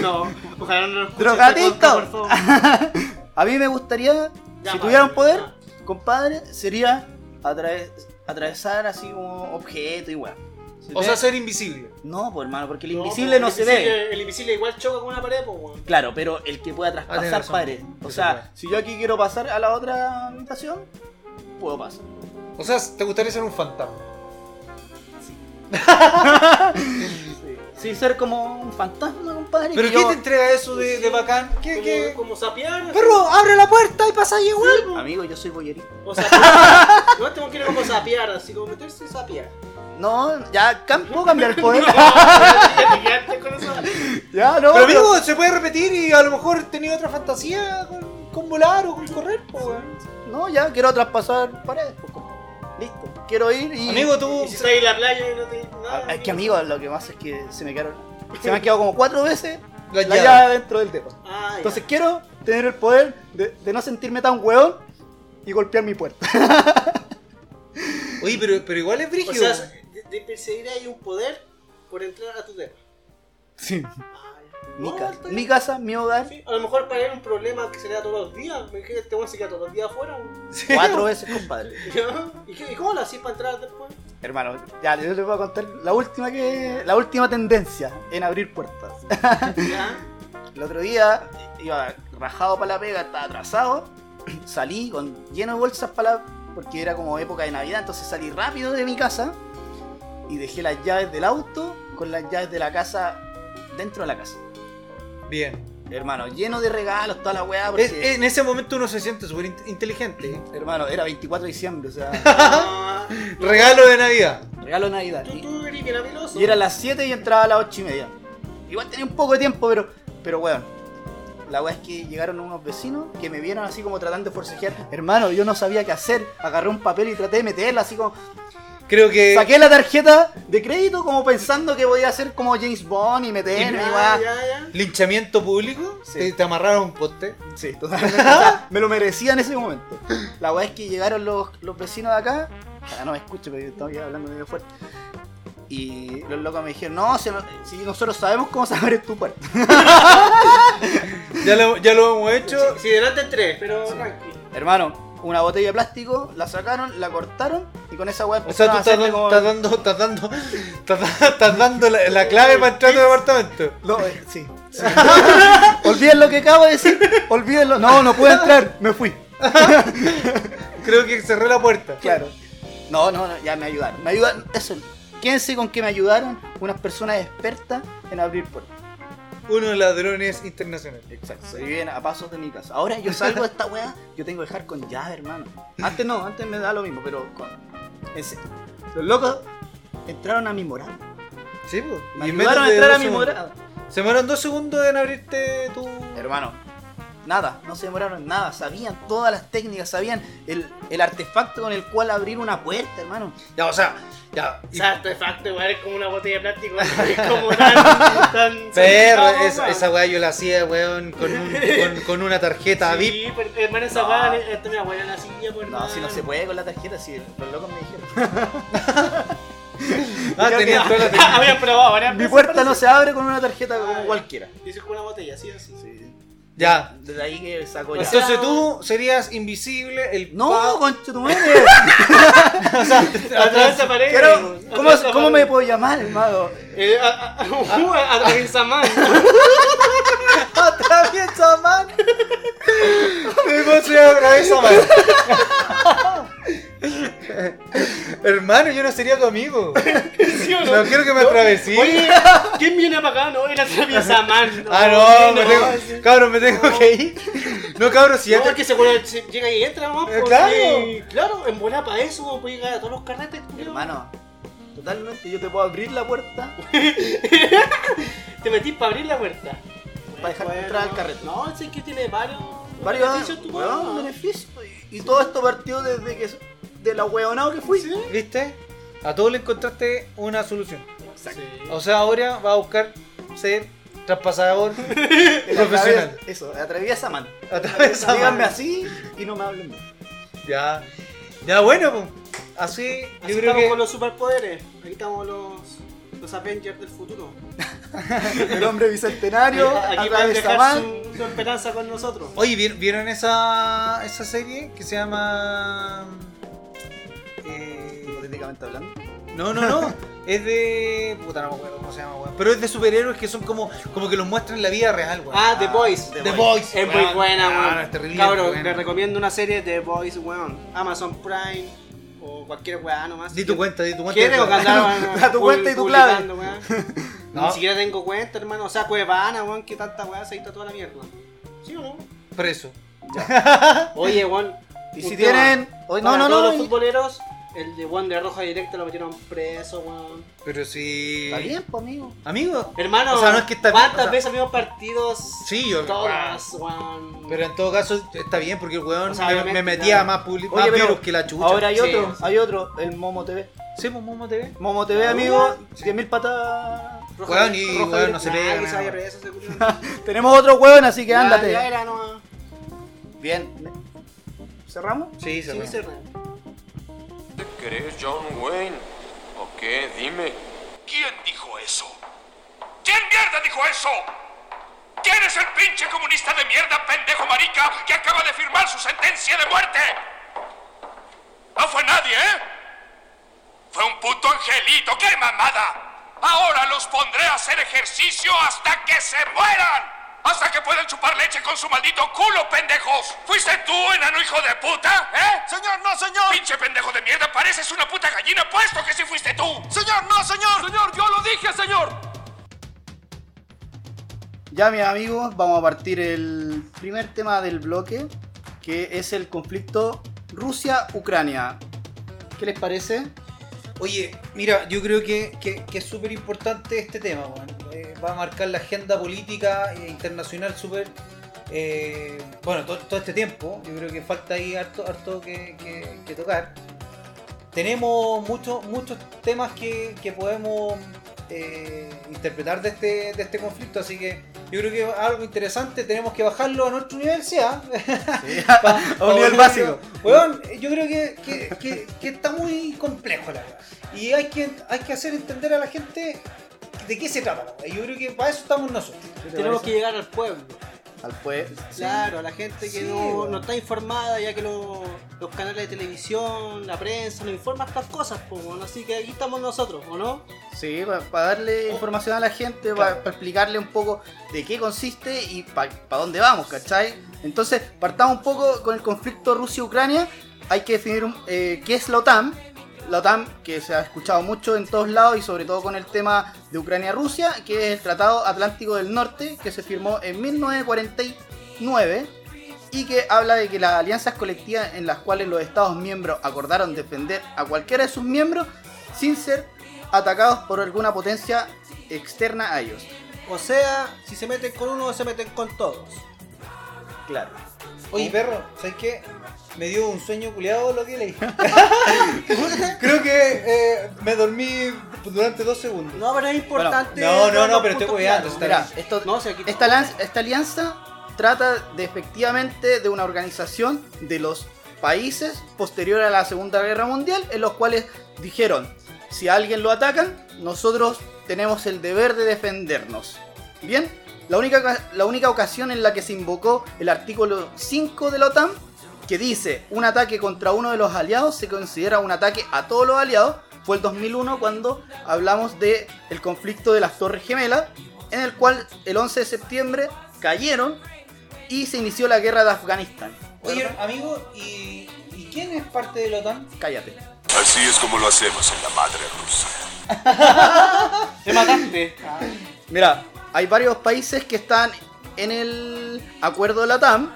no. Ojalá no lo escuche ¡Drogadicto! este podcast, por favor. A mí me gustaría, Ya, si padre, tuviera un poder, ya. compadre, sería atrae- atravesar así como objeto y weón. O sea, ser invisible. No, pues hermano, porque el No, invisible pues, no el se ve. invisible- El invisible igual choca con una pared, pues, weón. Claro, pero el que pueda tenés traspasar razón. paredes. O Sí, sí, sea, puede. si yo aquí quiero pasar a la otra habitación, puedo pasar. O sea, te gustaría ser un fantasma. Sin ser como un fantasma, compadre. ¿Pero que qué yo- te entrega eso de, de bacán? ¿Qué, Como- qué? Como sapear. Perro, abre la puerta y pasa ahí, weón. Amigo, yo soy boyerista. O sapear. no, tengo que ir como sapear, así como meterse y sapear. No, ya cam- puedo cambiar el poder. ya, no. Pero amigo, se puede repetir y a lo mejor tenía otra fantasía con, con volar o con correr, pues, weón. No, ya quiero traspasar paredes. pues, compadre. Listo. Quiero ir y. Amigo, tú. Y si estás en la playa y no te nada. Ah, Es que amigo, lo que pasa es que se me quedaron. Se me han quedado como cuatro veces La la llave. llave dentro del depa. Ah, ya. Entonces quiero tener el poder de, de no sentirme tan hueón y golpear mi puerta. Oye, pero, pero igual es o brígido. sea, de, de perseguir ahí un poder por entrar a tu depa. Sí. Ah, ya. Mi, No, ca- está mi bien. casa, mi hogar, Sí, a lo mejor para él un problema que se le da todos los días. Me dije que este weón se queda todos los días afuera. weón. cuatro veces, compadre. Ya. ¿Y, qué- y cómo lo hacís para entrar después? Hermano, ya yo les voy a contar la última que. la última tendencia en abrir puertas. Ya. El otro día iba rajado para la pega, estaba atrasado. Salí con lleno de bolsas para la. porque era como época de Navidad, entonces salí rápido de mi casa y dejé las llaves del auto con las llaves de la casa dentro de la casa. Bien. Hermano, lleno de regalos, toda la weá, porque. Es- en ese momento uno se siente súper in- inteligente. Hermano, era 24 de diciembre, o sea, Ah, Regalo de Navidad. regalo de Navidad. tú, Y, tú eres bien habiloso. y era las 7 y entraba a las 8 y media. Igual tenía un poco de tiempo, pero. Pero weón. La weá es que llegaron unos vecinos que me vieron así como tratando de forcejear. Hermano, yo no sabía qué hacer. Agarré un papel y traté de meterla así como. Creo Eh. que. Saqué la tarjeta de crédito como pensando que podía ser como James Bond y Ya, meterme y ya, weá. ya. Linchamiento público. Sí. Te, te amarraron a un poste. Sí, totalmente. O sea, me lo merecía en ese momento. La weá es que llegaron los, los vecinos de acá. Ah, no me escucho, pero yo estaba hablando medio fuerte. Y los locos me dijeron, no, si, no- si nosotros sabemos cómo saber es tu puerta. Ya lo, ya lo hemos hecho. Si delante tres, pero tranqui. Hermano, una botella de plástico, la sacaron, la cortaron y con esa weá O sea, empezaron a hacerle tú estás, dan- Ah, como... estás dando, estás dando, estás, da- estás dando la, la clave para entrar a tu departamento. No, eh, sí. Olviden lo que acabo de decir. Olvídenlo. No, no pude entrar. Me fui. Creo que cerré la puerta. Claro. No, no, no, ya me ayudaron. Me ayudaron. Eso. Quédense con que me ayudaron unas personas expertas en abrir puertas. Uno de los ladrones internacionales. Exacto. Se viven a pasos de mi casa. Ahora yo salgo de esta weá, yo tengo que dejar con llave, hermano. Antes no, antes me da lo mismo, pero con. en serio. Los locos entraron a mi morada. Sí, pues. Me Y ayudaron en menos a de entrar a dos mi segundos. morada. Se demoraron dos segundos en abrirte tu. Hermano, nada, no se demoraron en nada. Sabían todas las técnicas, sabían el, el artefacto con el cual abrir una puerta, hermano. Ya, o sea, ya. O sea, artefacto, weón, es como una botella de plástico. Es como tan. tan Perro, sofisticado, esa, weón. esa weá yo la hacía, weón, con, un- con, con una tarjeta VIP. Sí, pero hermano, esa No. weá, eh, esta mi abuela la pues, silla, weón. No, si no se puede con la tarjeta, si los locos me dijeron. Ah, Creo tenían que- todas las Ah, Había probado, ahora. Mi puerta no se abre con una tarjeta como cualquiera. Dice con una botella, sí, así. Ya. Desde ahí que saco ya. Entonces tú serías invisible, el No, pavo- concha tu madre. A través de la pared. Pero, weón. A ¿cómo, través de la ¿cómo pared. me puedo llamar, hermano? Eh, a- a- a- uh, a- a Rinzamán. Ah, Atraviesa, man. Me puse la cabeza mal. Hermano, yo no sería tu amigo. ¿Sí o No quiero que me atravesí. Oye, ¿quién viene para acá? No, él atraviesa man. Ah, no, me no, tengo, cabrón, me tengo que ir. No, cabrón, si ya No, te- porque se, vuelve- se llega y entra, ¿no? Eh, claro. claro, en buena para eso, weón, puede llegar a todos los carretes, culiao. Hermano, totalmente yo te puedo abrir la puerta Te metís para abrir la puerta. Para dejar entrar al carrete. No, es que tiene varios. varios beneficios tu weón, weón. beneficios. Y, y todo esto partió desde que de la hueonado que fui. ¿Viste? A todos le encontraste una solución. Sí. O sea, ahora va a buscar ser traspasador profesional. Atraviesa- eso, atraviesa man. A través de Díganme mano. así y no me hablen más. Ya. Ya bueno, pues. Así, Así yo creo estamos que. con los superpoderes. Aquí estamos los, los Avengers del futuro. El hombre bicentenario, Aquí pueden atraviesa dejar man. su, su esperanza con nosotros. Oye, ¿vi- ¿vieron esa, esa serie que se llama. Eh, Hipotéticamente hablando. No, no, no. es de. Puta, no me acuerdo cómo se llama, weón. Pero es de superhéroes que son como, como que los muestran en la vida real, weón. Ah, The Boys. The Boys. Es muy weón. buena, Ah, weón. es terrible, Cabrón, weón. te recomiendo una serie de The Boys, weón. Amazon Prime o cualquier weá nomás. Di tu cuenta, di tu cuenta. ¿Quieres o que andaba, weón, Da tu cuenta y tu clave. publicando, weón? No. Ni siquiera tengo cuenta, hermano. O sea, Cuevana, weón, que tanta weá se está toda la mierda. ¿Sí o no? Preso. Oye, weón. Y un si tema. tienen. oye, no, Para no, todos no. los y- futboleros, el de weón de Roja Directa lo metieron preso, weón. Pero si. Está bien, pues, amigo. Amigo. Hermano, O sea, no es que está bien, ¿cuántas o sea- veces vimos partidos? Sí, yo. Todas, weón. Pero en todo caso está bien porque el weón O sea, me, me obviamente, metía claro. más, publi- Oye, más pero virus que la chucha. Ahora hay Sí, otro, sí. hay otro, el Momo TV. Sí, pues Momo TV. Momo TV, amigo, 100.000 patas. Roja Weón, Directa. y roja weón no se Nadie pega. se vaya nada. preso, ese culiao. Tenemos otro hueón, así que Ya, ándate. ya era nomás. Bien. ¿Cerramos? Sí, se Sí, pega. se re- ¿Te crees John Wayne? ¿O qué? Dime. ¿Quién dijo eso? ¿Quién mierda dijo eso? ¿Quién es el pinche comunista de mierda, pendejo marica, que acaba de firmar su sentencia de muerte? No fue nadie, ¿eh? Fue un puto angelito, qué mamada. Ahora los pondré a hacer ejercicio hasta que se mueran. Hasta que puedan chupar leche con su maldito culo, pendejos. ¿Fuiste tú, enano hijo de puta? ¿Eh? Señor, no, señor. Pinche pendejo de mierda, pareces una puta gallina, puesto que sí fuiste tú. Señor, no, señor. Señor, yo lo dije, señor. Ya, mis amigos, vamos a partir el primer tema del bloque, que es el conflicto Rusia-Ucrania. ¿Qué les parece? Oye, mira, yo creo que, que- que es súper importante este tema, weón. Eh, va a marcar la agenda política e internacional súper... eh, bueno, to- todo este tiempo, yo creo que falta ahí harto, harto que, que- que tocar. Tenemos muchos muchos temas que, que podemos eh, interpretar de este, de este conflicto, así que yo creo que algo interesante tenemos que bajarlo a nuestra universidad. Pa- A un nivel yo básico. creo- weón, yo creo que, que- que- que está muy complejo la verdad. Y hay que, hay que hacer entender a la gente de qué se trata. la verdad. Yo creo que para eso estamos nosotros. Tenemos que llegar al pueblo. al pueblo. Claro, a la gente que Sí, no, weón. no está informada, ya que lo- los canales de televisión, la prensa, no informan estas cosas, pues, weón. así que aquí estamos nosotros, ¿o no? Sí, para darle información a la gente, para explicarle un poco de qué consiste y para dónde vamos, ¿cachai? Entonces, partamos un poco con el conflicto Rusia-Ucrania. Hay que definir un- eh, qué es la OTAN. La OTAN, que se ha escuchado mucho en todos lados y sobre todo con el tema de Ucrania-Rusia, que es el Tratado Atlántico del Norte, que se firmó en 1949 y que habla de que las alianzas colectivas en las cuales los Estados miembros acordaron defender a cualquiera de sus miembros sin ser atacados por alguna potencia externa a ellos. O sea, si se meten con uno, se meten con todos. Claro. Oye, perro, ¿sabes qué? Me dio un sueño culiado lo que leí. Creo que eh, me dormí durante dos segundos. No, pero es importante. no, no, dar los no, pero estoy puntos cuidando, claros. está Mira, esto- No, si aquí- esta, alianza, esta alianza trata de efectivamente de una organización de los países posterior a la Segunda Guerra Mundial, en los cuales dijeron, si a alguien lo atacan, nosotros tenemos el deber de defendernos. Bien, la única, la única ocasión en la que se invocó el artículo 5 de la OTAN, que dice, un ataque contra uno de los aliados se considera un ataque a todos los aliados, fue el 2001 cuando hablamos del el conflicto de las Torres Gemelas, en el cual el 11 de septiembre cayeron y se inició la guerra de Afganistán. Oye, amigo, ¿y, y quién es parte de la OTAN? Cállate. Así es como lo hacemos en la madre rusa. Te mataste. Ah, Mira, hay varios países que están en el acuerdo de la TAM.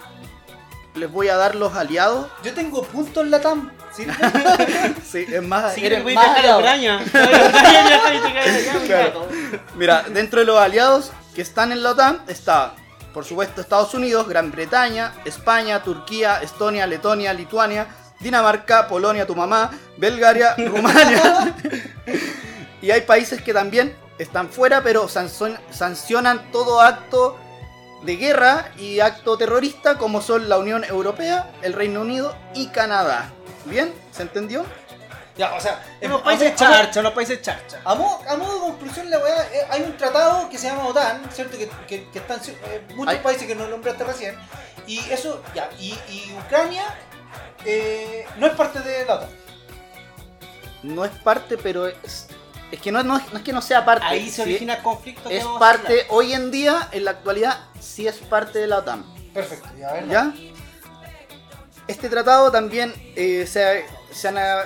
Les voy a dar los aliados. Yo tengo puntos en la TAM. ¿sí? Sí, es más, Si eres quieres, voy a más viajar a aliado. Ucrania. Voy a Ucrania, viajar y te caes allá, un Claro. rato. Mira, dentro de los aliados que están en la OTAN está, por supuesto, Estados Unidos, Gran Bretaña, España, Turquía, Estonia, Letonia, Lituania, Dinamarca, Polonia, tu mamá, Bulgaria, Rumania. y hay países que también están fuera, pero sanzon- sancionan todo acto de guerra y acto terrorista como son la Unión Europea, el Reino Unido y Canadá. ¿Bien? ¿Se entendió? ya, o sea, em, en Unos países charcha, unos países charcha. A modo, a modo de conclusión, la weá, eh, hay un tratado que se llama OTAN, ¿cierto? Que, que- que están cier- eh, muchos Hay- países que no nombraste recién. Y eso, ya, y, y Ucrania eh, no es parte de la OTAN. No es parte, pero es, es que no, no es, no es que no sea parte. Ahí se sí- origina el conflicto. que es vamos a parte, hoy en día, en la actualidad, sí es parte de la OTAN. Perfecto, ya, a ver. ¿Ya? Este tratado también eh, se, ha- se han, ah,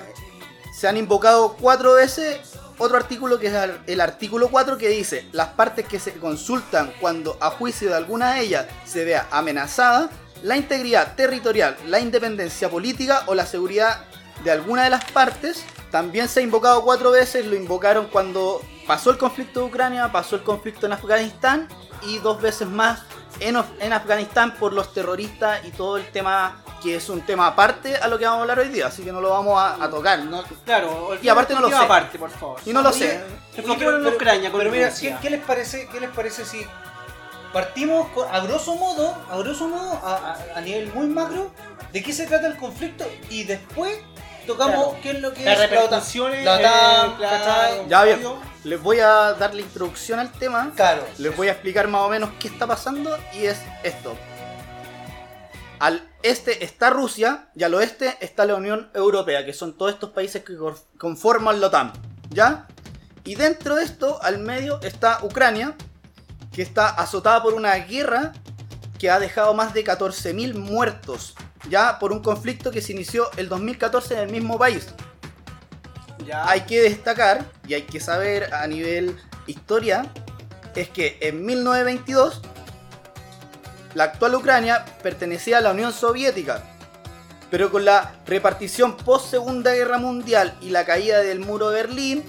se han invocado cuatro veces otro artículo que es al- el artículo 4 que dice las partes que se consultan cuando a juicio de alguna de ellas se vea amenazada la integridad territorial, la independencia política o la seguridad de alguna de las partes. También se ha invocado cuatro veces, lo invocaron cuando pasó el conflicto de Ucrania, pasó el conflicto en Afganistán y dos veces más en, Af- en Afganistán por los terroristas y todo el tema que es un tema aparte a lo que vamos a hablar hoy día, así que no lo vamos a, a tocar. ¿no? hablar. Claro, Y aparte no lo olvida sé. Aparte, por favor. Y no lo Oye, sé. Expliquémoslo en Ucrania, con pero mira, ¿qué, Rusia. qué les parece, ¿qué les parece si partimos con- a grosso modo, a grosso modo, a, a- a nivel muy macro, de qué se trata el conflicto y después tocamos Claro. qué es lo que Las es la OTAN? repercusiones, La OTAN, eh, claro. ¿cachai? Ya bien, les voy a dar la introducción al tema. Claro. Les voy a explicar más o menos qué está pasando y es esto. Al este está Rusia y al oeste está la Unión Europea, que son todos estos países que cor- conforman la OTAN, ¿ya? Y dentro de esto, al medio, está Ucrania, que está azotada por una guerra que ha dejado más de 14.000 muertos, ya por un conflicto que se inició el 2014 en el mismo país Ya. hay que destacar y hay que saber a nivel historia es que en 1922 la actual Ucrania pertenecía a la Unión Soviética, pero con la repartición post Segunda Guerra Mundial y la caída del muro de Berlín,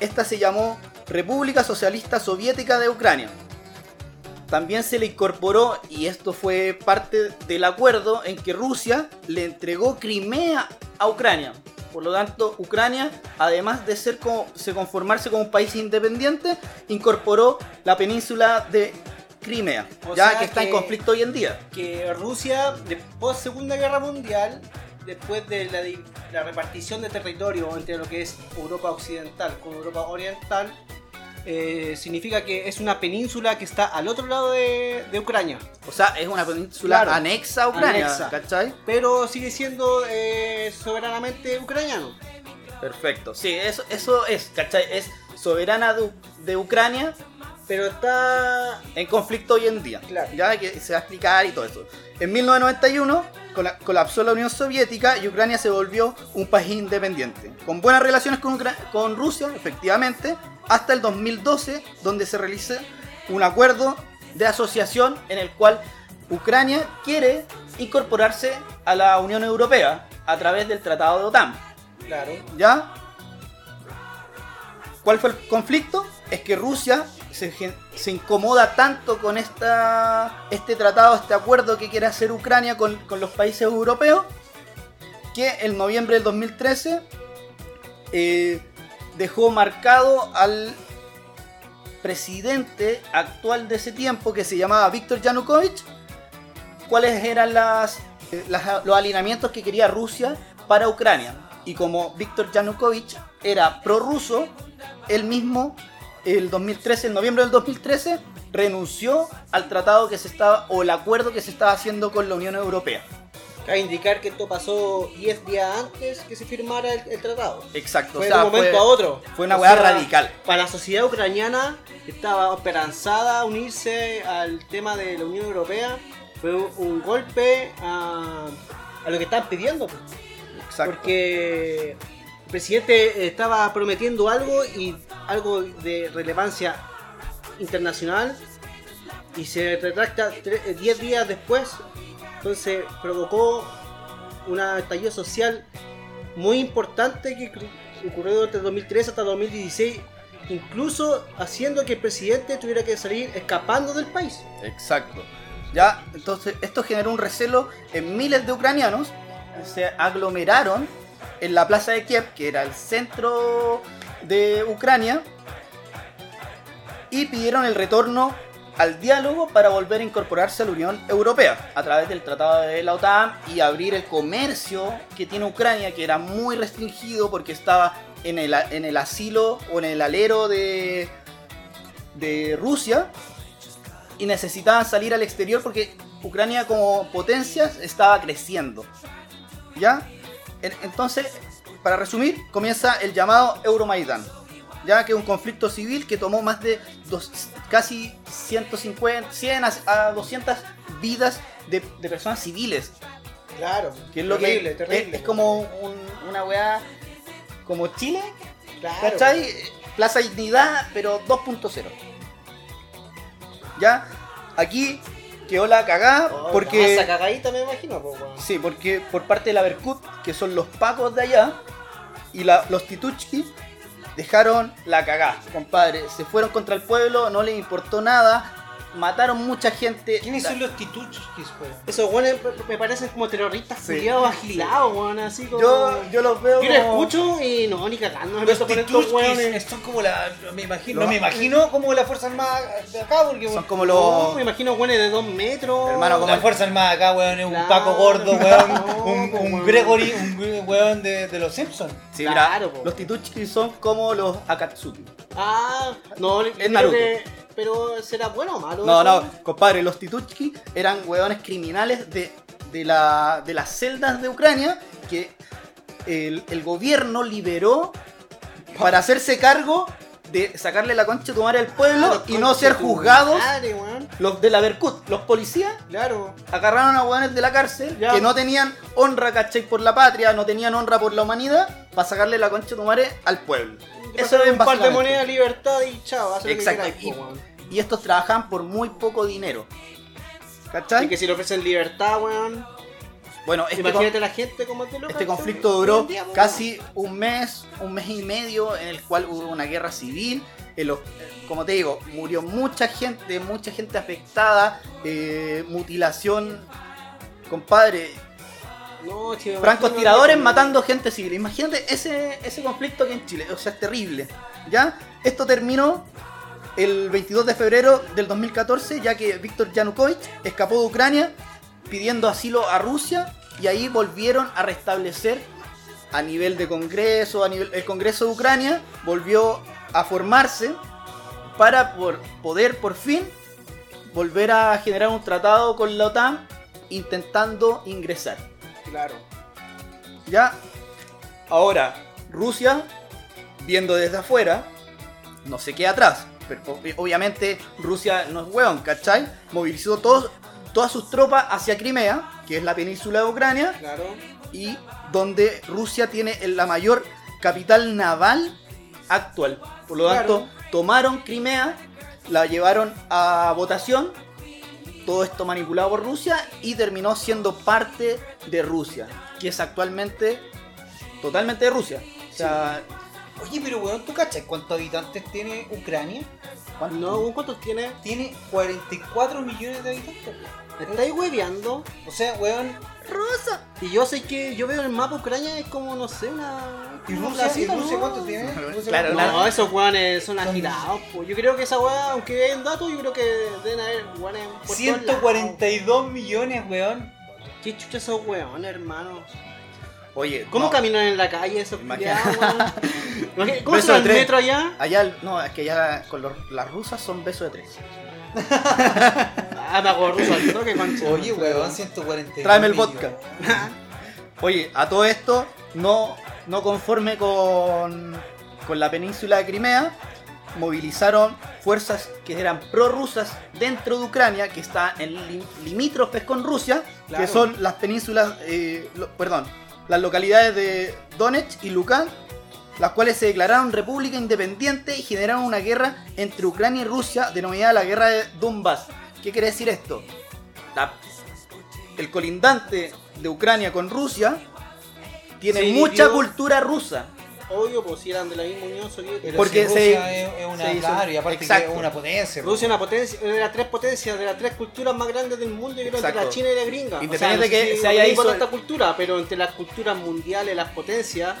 esta se llamó República Socialista Soviética de Ucrania. También se le incorporó, y esto fue parte del acuerdo, en que Rusia le entregó Crimea a Ucrania. Por lo tanto, Ucrania, además de ser como- se conformarse como un país independiente, incorporó la península de Crimea, O ya sea que está en que- conflicto hoy en día. que Rusia, después Segunda Guerra Mundial, después de la, di- la repartición de territorio entre lo que es Europa Occidental con Europa Oriental, eh, significa que es una península que está al otro lado de, de Ucrania, O sea, es una península Claro. anexa a Ucrania, Anexa. ¿cachai? pero sigue siendo eh, soberanamente ucraniano. Perfecto. Sí, eso, eso es, ¿cachai? Es soberana de, de Ucrania Pero está en conflicto hoy en día. Claro. Ya que se va a explicar y todo eso. En 1991 cola- colapsó la Unión Soviética y Ucrania se volvió un país independiente. Con buenas relaciones con, Ucra- con Rusia, efectivamente, hasta el 2012, donde se realiza un acuerdo de asociación en el cual Ucrania quiere incorporarse a la Unión Europea a través del Tratado de OTAN. Claro. ¿Ya? ¿Cuál fue el conflicto? Es que Rusia se, gen- se incomoda tanto con esta, este tratado, este acuerdo que quiere hacer Ucrania con, con los países europeos, que en noviembre del 2013 eh, dejó marcado al presidente actual de ese tiempo, que se llamaba Viktor Yanukovych, cuáles eran las, eh, las- los alineamientos que quería Rusia para Ucrania. Y como Víctor Yanukovych era prorruso, él mismo, el 2013, en noviembre del 2013, renunció al tratado que se estaba, o el acuerdo que se estaba haciendo con la Unión Europea. Cabe indicar que esto pasó 10 días antes que se firmara el, el tratado. Exacto. Fue o sea, de un momento fue- a otro. fue una O weá sea, radical. Para la sociedad ucraniana estaba esperanzada a unirse al tema de la Unión Europea. Fue un, un golpe a, a lo que están pidiendo. pues. Exacto. Porque el presidente estaba prometiendo algo y algo de relevancia internacional y se retracta tre- 10 días después. Entonces provocó un estallido social muy importante que cr- ocurrió durante el 2013 hasta el 2016, incluso haciendo que el presidente tuviera que salir escapando del país. Exacto. Ya, entonces esto generó un recelo en miles de ucranianos se aglomeraron en la plaza de Kiev, que era el centro de Ucrania, y pidieron el retorno al diálogo para volver a incorporarse a la Unión Europea a través del Tratado de la OTAN y abrir el comercio que tiene Ucrania, que era muy restringido porque estaba en el, a- en el asilo o en el alero de, de Rusia y necesitaban salir al exterior porque Ucrania como potencia estaba creciendo. ¿Ya? En- Entonces, para resumir, comienza el llamado Euromaidán. Ya que es un conflicto civil que tomó más de dos- casi 150, 100 a, a 200 vidas de, de personas civiles. Claro, Que es lo terrible, que terrible. es, es como un- una weá como Chile, Claro. ¿cachai? Plaza Dignidad, pero 2.0. Ya, aquí quedó la cagada Oh, porque... la masa cagadita me imagino, po, weón. Sí, porque por parte de la Berkut, que son los pacos de allá, y la- los Tituchki, dejaron la cagá, compadre. Se fueron contra el pueblo, no les importó nada, mataron mucha gente. ¿Quiénes La- son los pues? tituchis, weón? Esos weones me- me parecen como terroristas Sí. culiados, agilados, weón, así como. Yo, yo los veo. Yo lo como- escucho y no, ni cagando, me Los empiezo a poner estos tituchis weones. son como la. Me imagino, Los- no me imagino como la Fuerza Armada de acá, porque. Son weón, como No, los. Oh, me imagino weones de dos metros. Hermano, como- La Fuerza Armada acá, weón, es un Claro, Paco gordo, weón. un, no, un weón. Gregory, un gre- weón de, de los Simpsons. Sí, Claro, po. mira, los Tituchki son como los Akatsuki. Ah, no, le- creo Naruto. que- Pero será bueno o malo. No, eso? no, compadre, los Tituchki eran hueones criminales de, de la- de las celdas de Ucrania que el, el gobierno liberó para hacerse cargo de sacarle la concha de tu madre al pueblo Claro, y no conche ser tu juzgados. madre, weón. Los de la Berkut, los policías, Claro. agarraron a hueones de la cárcel Ya. que no tenían honra, ¿cachai? Por la patria, no tenían honra por la humanidad para sacarle la concha de tu madre al pueblo. Eso es un par de básicamente. monedas, libertad y chao. haz lo que Exacto. queráis, po, Y- weón. Y estos trabajan por muy poco dinero. Y ¿Cachai? que si le ofrecen libertad, weón. Bueno, este Imagínate la gente como te lo Este cachan. conflicto duró Un día, po, casi un mes, un mes y medio, en el cual hubo una guerra civil. en los- como te digo, murió mucha gente, mucha gente afectada, eh, mutilación, compadre, weón. No, si me francotiradores imagino, matando gente civil. Imagínate ese, ese conflicto que en Chile, o sea, es terrible. ¿Ya? Esto terminó el 22 de febrero del 2014, ya que Víctor Yanukovych escapó de Ucrania pidiendo asilo a Rusia y ahí volvieron a restablecer a nivel de Congreso, a nivel el Congreso de Ucrania volvió a formarse para por poder por fin volver a generar un tratado con la OTAN intentando ingresar. Claro. Ya, ahora Rusia, viendo desde afuera, no se queda atrás. Pero ob- obviamente Rusia no es hueón, ¿cachai? Movilizó todos, todas sus tropas hacia Crimea, que es la península de Ucrania, Claro. y donde Rusia tiene el- la mayor capital naval actual. Por lo Claro. tanto, tomaron Crimea, la llevaron a votación, todo esto manipulado por Rusia y terminó siendo parte de Rusia, que es actualmente totalmente de Rusia. O sea, Oye, pero weón, ¿tú cachas cuántos habitantes tiene Ucrania? ¿cuánto? No, ¿un ¿cuántos tiene? Tiene 44 millones de habitantes. weón. ¿Me estáis hueveando? O sea, weón, Y yo sé que yo veo el mapa Ucrania es como, no sé, una. ¿y una Rusia, y placita, Rusia ¿no? cuánto tiene? Rusia, Claro, No, ¿cuánto? claro. esos weones son agilados, po. Yo creo que esa weá, aunque hay un dato, yo creo que deben haber weones. por todos lados. 142 millones, weón. ¿Qué chucha esos weones, hermano? Oye, ¿Cómo no, caminan en la calle esos Imagina- culiados, weón? Imagina- ¿Cómo Beso se va de el tres. metro allá? Allá, no, es que ya con los- las rusas son beso de tres. Ah, me hago ruso al toque, concha. Oye, weón, 142 Tráeme el millones. vodka. Oye, a todo esto, no, no conforme con, con la península de Crimea, movilizaron fuerzas que eran prorrusas dentro de Ucrania, que está en lim- limítrofes con Rusia, Claro. que son las penínsulas, eh, lo- perdón, las localidades de Donetsk y Lukansk, las cuales se declararon república independiente y generaron una guerra entre Ucrania y Rusia denominada la guerra de Donbass. ¿Qué quiere decir esto? La- el colindante de Ucrania con Rusia tiene Se mucha dividió. cultura rusa. Obvio, pues si eran de la misma Unión Soviética. Pero Porque si se- Rusia es, es una, se hizo- claro, y aparte que exacto. es una potencia. weón. Rusia es una potencia, de las tres potencias, de las tres culturas más grandes del mundo, yo creo que Exacto. la China y la gringa. Independiente no sé que si se haya no hizo importa el- esta cultura, pero entre las culturas mundiales, las potencias,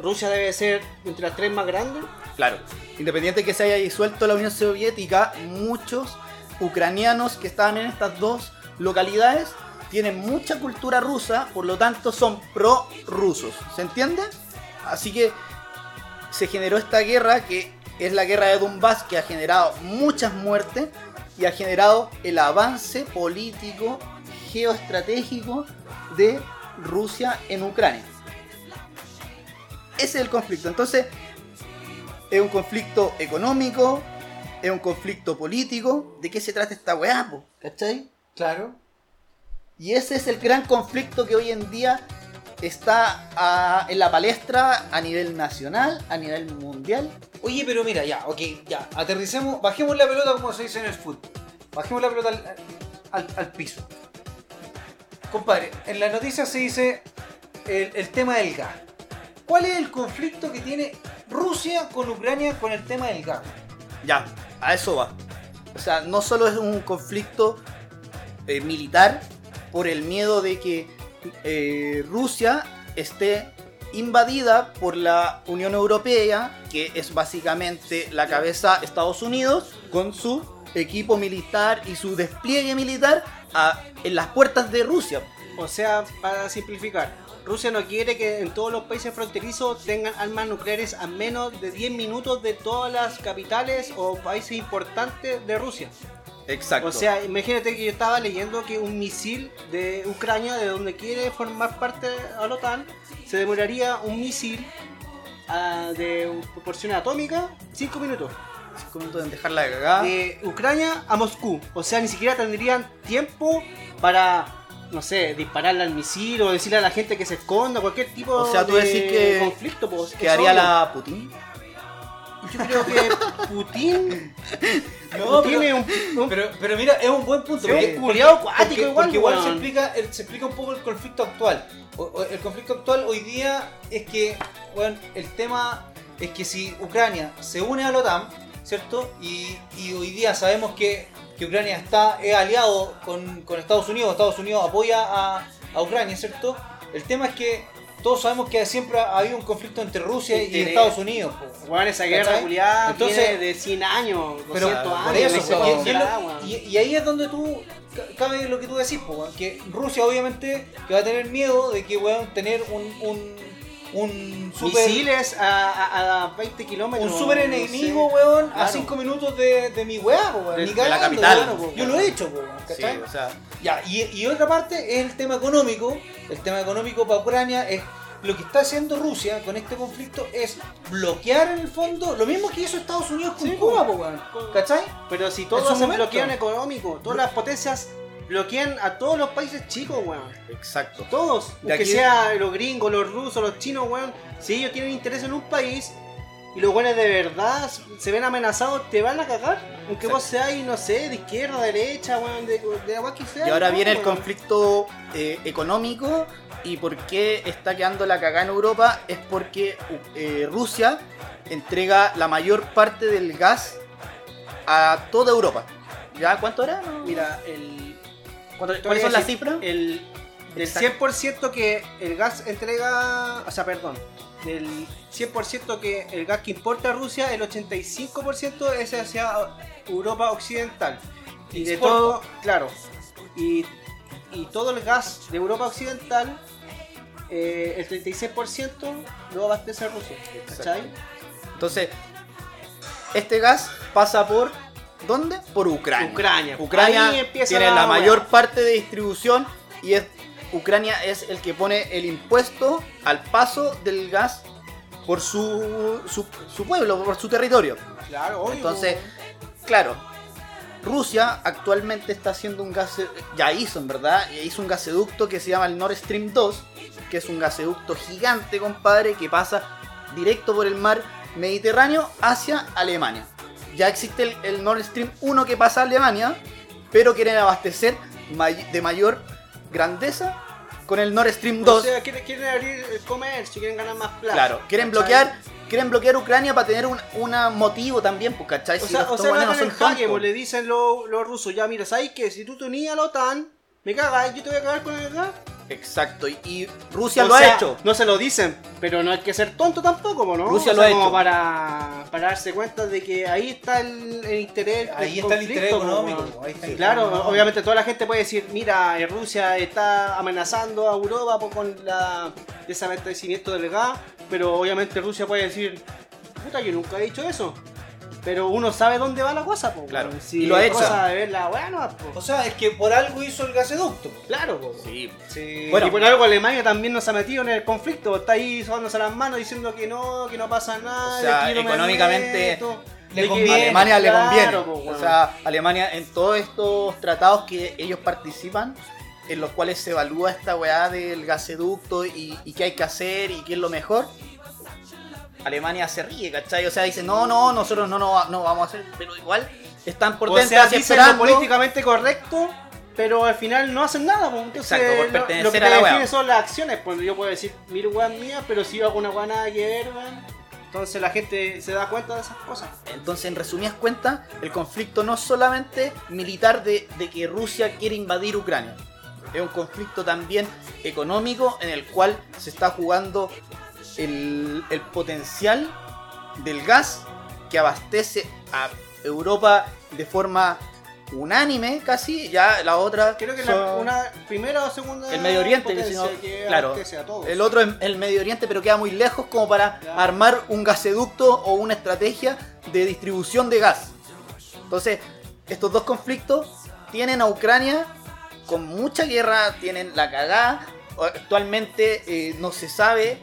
Rusia debe ser entre las tres más grandes. Claro. Independiente que se haya disuelto la Unión Soviética, muchos ucranianos que estaban en estas dos localidades tienen mucha cultura rusa, por lo tanto son pro-rusos. ¿Se entiende? Así que se generó esta guerra que es la guerra de Donbass que ha generado muchas muertes y ha generado el avance político geoestratégico de Rusia en Ucrania. Ese es el conflicto. Entonces, es un conflicto económico, es un conflicto político. ¿De qué se trata esta weá, po? ¿Cachai? Claro. Y ese es el gran conflicto que hoy en día está ah, en la palestra a nivel nacional, a nivel mundial. Oye, pero mira, ya, ok, ya, aterricemos, bajemos la pelota como se dice en el fútbol. Bajemos la pelota al, al- al piso. Compadre, en la noticia se dice el, el tema del gas. ¿Cuál es el conflicto que tiene Rusia con Ucrania con el tema del gas? Ya, a eso va. O sea, no solo es un conflicto eh, militar por el miedo de que eh, Rusia esté invadida por la Unión Europea, que es básicamente la cabeza Estados Unidos, con su equipo militar y su despliegue militar a- en las puertas de Rusia. O sea, para simplificar, Rusia no quiere que en todos los países fronterizos tengan armas nucleares a menos de 10 minutos de todas las capitales o países importantes de Rusia. Exacto. O sea, imagínate que yo estaba leyendo que un misil de Ucrania, de donde quiere formar parte a la OTAN, se demoraría un misil ah, de proporción atómica 5 minutos. cinco minutos en dejarla de cagada. De Ucrania a Moscú. O sea, ni siquiera tendrían tiempo para, no sé, dispararle al misil o decirle a la gente que se esconda, cualquier tipo O sea, tú de decís que- conflicto. Pues, ¿Qué es haría obvio. la Putin? Yo creo que Putin... No, Putin pero- es un- un Pero, pero mira, es un buen punto. Sí, porque- un culiao porque- cuático porque igual, igual se weón. explica, el- se explica un poco el conflicto actual. O- o el conflicto actual hoy día es que, bueno, el tema es que si Ucrania se une a la OTAN, ¿cierto? Y, y hoy día sabemos que, que Ucrania está es aliado con, con Estados Unidos, Estados Unidos apoya a, a Ucrania, ¿cierto? El tema es que todos sabemos que siempre ha habido un conflicto entre Rusia y Interés. Estados Unidos. po. Bueno, esa guerra ¿Cachai? culiada Entonces- viene de 100 años, 200 Pero años. por eso, no sé po, cómo y, es será, lo- weón. y- y ahí es donde tú ca- cabe lo que tú decís, po, weón, que Rusia obviamente que va a tener miedo de que weón tener un, un- un super, Misiles a, a, a 20 kilómetros. un super no enemigo, sé. weón, a Claro. 5 minutos de, de mi weá, po, weón. De- Ni de la cagando, capital. weón, po, Yo lo he hecho, po, weón, Sí, ¿cachai? o sea, Ya, y, y otra parte es el tema económico. El tema económico para Ucrania es lo que está haciendo Rusia con este conflicto es bloquear en el fondo lo mismo que hizo Estados Unidos con Sí, Cuba, po. po, weón, ¿cachai? Pero si En su todos se momento. bloquean económico, todas las potencias bloquean a todos los países chicos, weón. exacto. Todos, De aunque aquí- sea los gringos, los rusos, los chinos, weón. Si ellos tienen interés en un país y los weones de verdad se ven amenazados, te van a cagar. Aunque vos seas, no sé, de izquierda, derecha, weón, de, de la weá que sea. Y ahora no, viene el weón. conflicto eh, económico y por qué está quedando la cagada en Europa es porque eh, Rusia entrega la mayor parte del gas a toda Europa. ¿Ya cuánto era? No, Mira, el. ¿Cuánto- voy a ¿Cuáles son las decir, cifras? el del Exacto. 100% que el gas entrega, o sea, perdón, del 100% que el gas que importa a Rusia, el 85% es hacia Europa Occidental. Y de Exporta. todo, claro, y, y todo el gas de Europa Occidental, eh, el 36% lo abastece Rusia, ¿cachai? Entonces, este gas pasa por ¿dónde? Por Ucrania. Ucrania. Ahí Ucrania empieza tiene la, la wea. mayor parte de distribución y es, Ucrania es el que pone el impuesto al paso del gas por su, su, su pueblo, por su territorio. Claro, obvio, Entonces, claro, Rusia actualmente está haciendo un gas, ya hizo en verdad, ya hizo un gasoducto que se llama el Nord Stream 2, que es un gasoducto gigante, compadre, que pasa directo por el mar Mediterráneo hacia Alemania. Ya existe el, el Nord Stream 1 que pasa a Alemania, pero quieren abastecer may- de mayor grandeza con el Nord Stream 2. O sea, quieren, quieren abrir el comercio, quieren ganar más plata. Claro, quieren ¿cachai? bloquear, quieren bloquear Ucrania para tener un una motivo también, pues, ¿cachai? O Si sea, los o sea, tomanes le no hacen el son jaque, tontos. pues, le dicen los los rusos, ya mira, ¿sabes qué? Si tú te unías a la OTAN, me cagas, yo te voy a cagar con el gas. Exacto, y, y Rusia O lo sea, ha hecho. No se lo dicen, pero no hay que ser tonto tampoco, ¿no? Rusia O lo sea, ha como hecho. Para, para darse cuenta de que ahí está el, el interés. Ahí está el interés pues, conflicto, económico, como- ahí está el claro, interés económico. obviamente toda la gente puede decir, mira, eh, Rusia está amenazando a Europa po- con la desabastecimiento del gas, pero obviamente Rusia puede decir, puta, yo nunca he dicho eso. Pero uno sabe dónde va la cosa, po, Claro, weón. y lo ha es hecho. cosa de ver la weá nomás, po. O sea, es que por algo hizo el gasoducto. po. Claro, po. Sí. Bueno, y por algo Alemania también nos ha metido en el conflicto. Está ahí sobándose las manos diciendo que no, que no pasa nada. O sea, que yo no me económicamente meto, le de que- conviene. Alemania le Claro, conviene. po, weón. o sea, Alemania en todos estos tratados que ellos participan, en los cuales se evalúa esta weá del gasoducto y, y qué hay que hacer y qué es lo mejor. Alemania se ríe, ¿cachai? O sea, dice, no, no, nosotros no, no, no vamos a hacer, pero igual están por o dentro sea, así dicen lo esperando. políticamente correcto, pero al final no hacen nada. po. Entonces, Exacto, por lo- lo, pertenecer que a te la weá. define son las acciones. Pues yo puedo decir, mil weón mía, pero si yo hago una weá nada que ver, weón. Entonces la gente se da cuenta de esas cosas. Entonces, en resumidas cuentas, el conflicto no es solamente militar de, de que Rusia quiere invadir Ucrania. Es un conflicto también económico en el cual se está jugando el, el potencial del gas que abastece a Europa de forma unánime casi. Ya la otra... Creo que es la, son- una primera o segunda. el Medio Oriente, que si no- potencia que claro, abastece a todos. El otro es el Medio Oriente, pero queda muy lejos como para Claro. armar un gasoducto o una estrategia de distribución de gas. Entonces, estos dos conflictos tienen a Ucrania con mucha guerra, tienen la cagada. Actualmente eh, no se sabe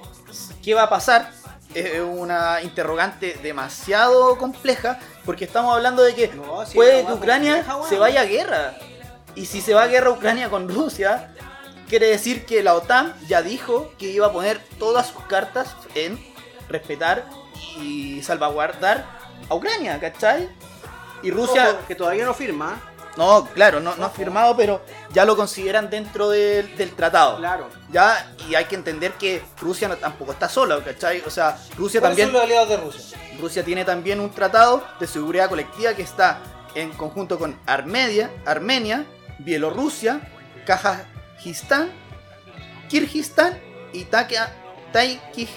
qué va a pasar. Es una interrogante demasiado compleja porque estamos hablando de que No, sí, la puede weá que Ucrania compleja, weón. se vaya a guerra. Y si se va a guerra Ucrania con Rusia, quiere decir que la OTAN ya dijo que iba a poner todas sus cartas en respetar y salvaguardar a Ucrania, ¿cachai? Y Rusia... Ojo, que todavía no firma. ¿eh? No, claro, no, no ha firmado, pero ya lo consideran dentro del, del tratado. Claro. Ya, y hay que entender que Rusia no- tampoco está sola, ¿cachai? O sea, Rusia ¿Cuáles también... son los aliados de Rusia? Rusia tiene también un tratado de seguridad colectiva que está en conjunto con Armenia, Armenia Bielorrusia, Kazajistán, Kirguistán y Takia- Taikija.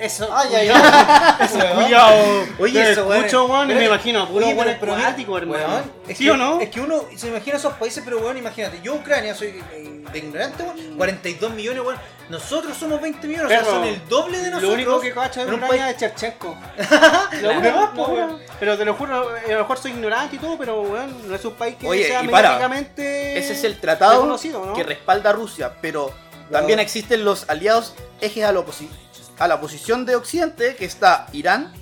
Eso. Ah, Ay, ay, ay. Cuidado. Oye, Te eso, weón. escucho, weón, y Pero- me imagino, puro Oye, weón pero- pero mira, acuático, hermano. weón, es ¿Sí que- o no? Es que uno se imagina esos países, pero weón, imagínate. Yo, Ucrania, soy eh, de ignorante, weón. 42 millones, weón. Nosotros somos 20 millones, o sea, Mm. Perro, son el doble de nosotros. Lo único que cacho en de un Ucrania país- es Cherchenko. La Lo juro, verdad, lo po, juro. weón. Pero te lo juro, a lo mejor soy ignorante y todo, pero weón, no es un país que Oye, sea y para. mediáticamente Ese es el tratado reconocido, ¿no? que respalda a Rusia, pero también existen los aliados ejes a la, oposi- a la oposición de Occidente, que está Irán,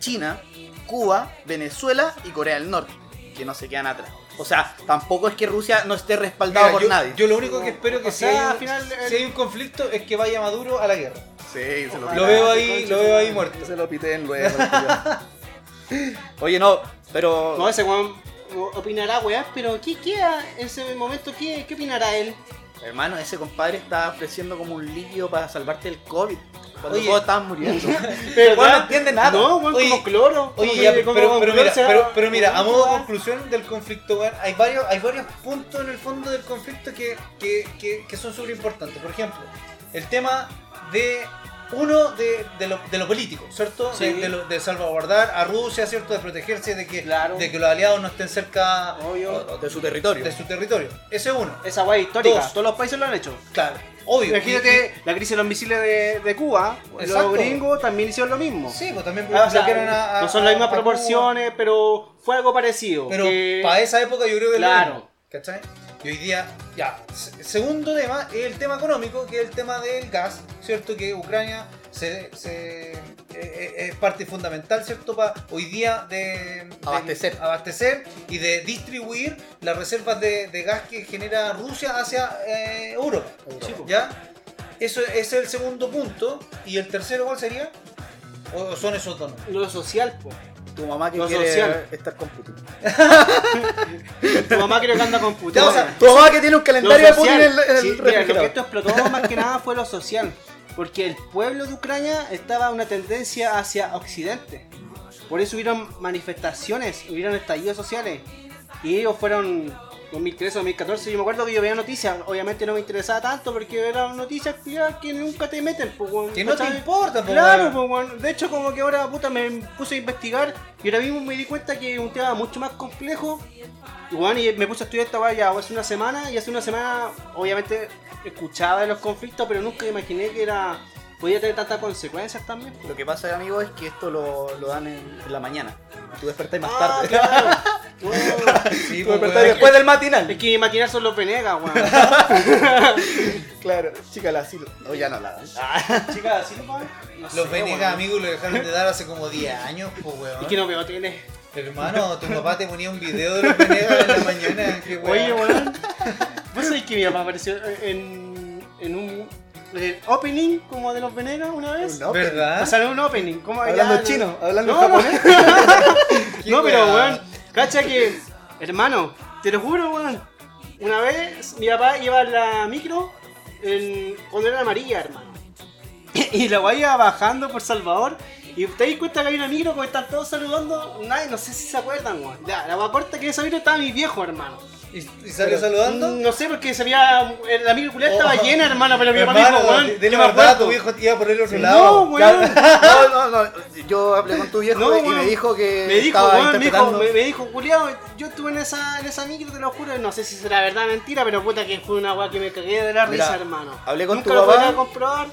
China, Cuba, Venezuela y Corea del Norte, que no se quedan atrás. O sea, tampoco es que Rusia no esté respaldada Mira, por yo, nadie. yo lo único que espero que O si, sea, hay, al final, el- Ah, si hay un conflicto es que vaya Maduro a la guerra. Sí, se Ojalá. Lo veo ahí, lo veo ahí muerto. Se lo piten luego. Oye, no, pero. No, ese weón opinará, weón, pero ¿qué queda en ese momento? ¿Qué, qué opinará él? Hermano, ese compadre está ofreciendo como un líquido para salvarte del COVID. Cuando Oye. todos estaban muriendo. Pero weón no entiende nada. No, weón, Oye, como cloro. Oye, Como ya, que- pero, como- pero, como cloro mira, se va- pero, pero mira, a modo de weón. conclusión del conflicto, weón, hay varios, hay varios puntos en el fondo del conflicto que, que, que, que son súper importantes. Por ejemplo, el tema de uno de, de lo, de lo político, ¿cierto? Sí. De, de lo- de salvaguardar a Rusia, ¿cierto? De protegerse de que, Claro. de que los aliados no estén cerca Obvio. de su territorio. de su territorio. Ese es uno. Esa weá es histórica, Dos. todos los países lo han hecho. Claro, obvio. Y- Imagínate la crisis de los misiles de, de Cuba, Exacto. los gringos también hicieron lo mismo. y- sí, pues también Ah, o sea, bloquearon a- a- no son las a- mismas a Cuba. proporciones, pero fue algo parecido. Pero que- para esa época yo creo que es lo Claro. mismo, ¿Cachai? Y hoy día, ya. se- Segundo tema es el tema económico, que es el tema del gas, ¿cierto? Que Ucrania se, se- eh, eh, es parte fundamental, ¿cierto? Para hoy día de, de- Abastecer. abastecer y de distribuir las reservas de, de gas que genera Rusia hacia eh, Europa. Sí, po. ¿Ya? Eso ese es el segundo punto. ¿Y el tercero cuál sería? ¿O o son esos dos? nomás? lo social, po. Tu mamá que Lo quiere social. estar con Putin. Tu mamá creo que anda con Ya, putas. o sea, Tu mamá que tiene un calendario de Putin en el, en el Sí, mira, lo que refrigerador. esto explotó más que nada fue lo social. Porque el pueblo de Ucrania estaba una tendencia hacia Occidente. Por eso hubieron manifestaciones, hubieron estallidos sociales. Y ellos fueron 2013, 2014. Yo me acuerdo que yo veía noticias. Obviamente no me interesaba tanto porque eran noticias que, que nunca te meten. po, weón, Que no te ¿cachai? importa, po, Claro, weón. po, weón. de hecho como que ahora puta me puse a investigar y ahora mismo me di cuenta que es un tema mucho más complejo. Y, weón, y me puse a estudiar esta weá ya hace una semana y hace una semana obviamente escuchaba de los conflictos, pero nunca imaginé que era podía tener tantas consecuencias también. Lo que pasa, amigo, es que esto lo, lo dan en, en la mañana. Tú despertás Ah, más tarde. claro. Sí, Tú pues, despertás weón. después del matinal. es que imaginar son los venegas, weón. Claro, chica, la asilo. No, ya no la dan. Ah, Chicas, así no no sé, Los venegas, weón. amigos, lo dejaron de dar hace como 10 años, pues, weón. Es que no veo tele. Hermano, tu papá te ponía un video de los venegas en la mañana. Qué weón. Oye, weón. ¿Vos sabés que mi papá apareció en, en un en el opening como de los venegas una vez? No, ¿Verdad? Pasaron un opening. Como Hablando ya- chino, hablando No, japonés. No, no pero weá. weón, cacha que, hermano, te lo juro, weón. Una vez mi papá iba a la micro en, cuando era amarilla, hermano. Y la weá iba bajando por Salvador. Y te das cuenta que hay una micro como están todos saludando. Nadie, no sé si se acuerdan, weón. Ya, la weá corta que en esa micro estaba mi viejo, hermano. ¿Y, y salió saludando? Mm, No sé, porque se había. La micro culiá estaba Oh. llena, hermano, pero mi papá Hermano, dijo, weón. di- dile yo me verdad, acuerdo. tu viejo te iba por el otro No, lado. weón. No, no, no. Yo hablé con tu viejo No, y me weón. dijo que Me dijo, estaba weón, me dijo, interpretando. me, me dijo, culiao, yo estuve en esa, en esa micro, te lo juro, no sé si será verdad o mentira, pero puta que fue una weá que me cagué de la Mira, risa, hermano. hablé con Nunca tu lo papá. podía comprobar,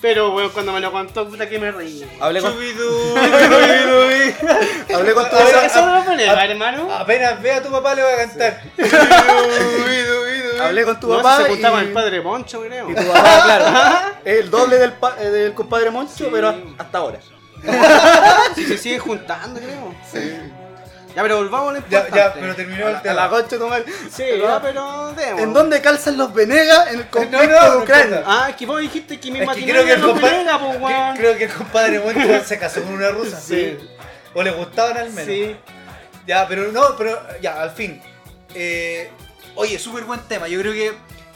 pero weón, cuando me lo contó, puta que me reí. Hablé con, Chubidú. hablé con tu Eso- viejo. Eso no lo pone, a- hermano. Apenas ve a tu papá le va a cantar. Chubidú, bidú. Hablé con tu no, papá. eso se juntaba y- el padre Poncho, creo. Y tu papá, claro. Es el doble del, pa- eh, del compadre Moncho, pero hasta ahora. Sí, se sigue juntando, creo. Sí. Ya, pero volvamos a lo Ya, importante. ya, pero terminó el A la tema. concha de tu madre. Sí, ya, pero demos. ¿En dónde calzan los Venegas en el conflicto no, de no Ucrania? importa. Ah, es que vos dijiste que mi Es que matinal creo que el no compadre, pega, pues, weón. que- creo que el compadre Moncho se casó con una rusa. Sí. O le gustaban al menos. Sí. Ya, pero no, pero ya, al fin. Eh, oye, súper buen tema. Yo creo que,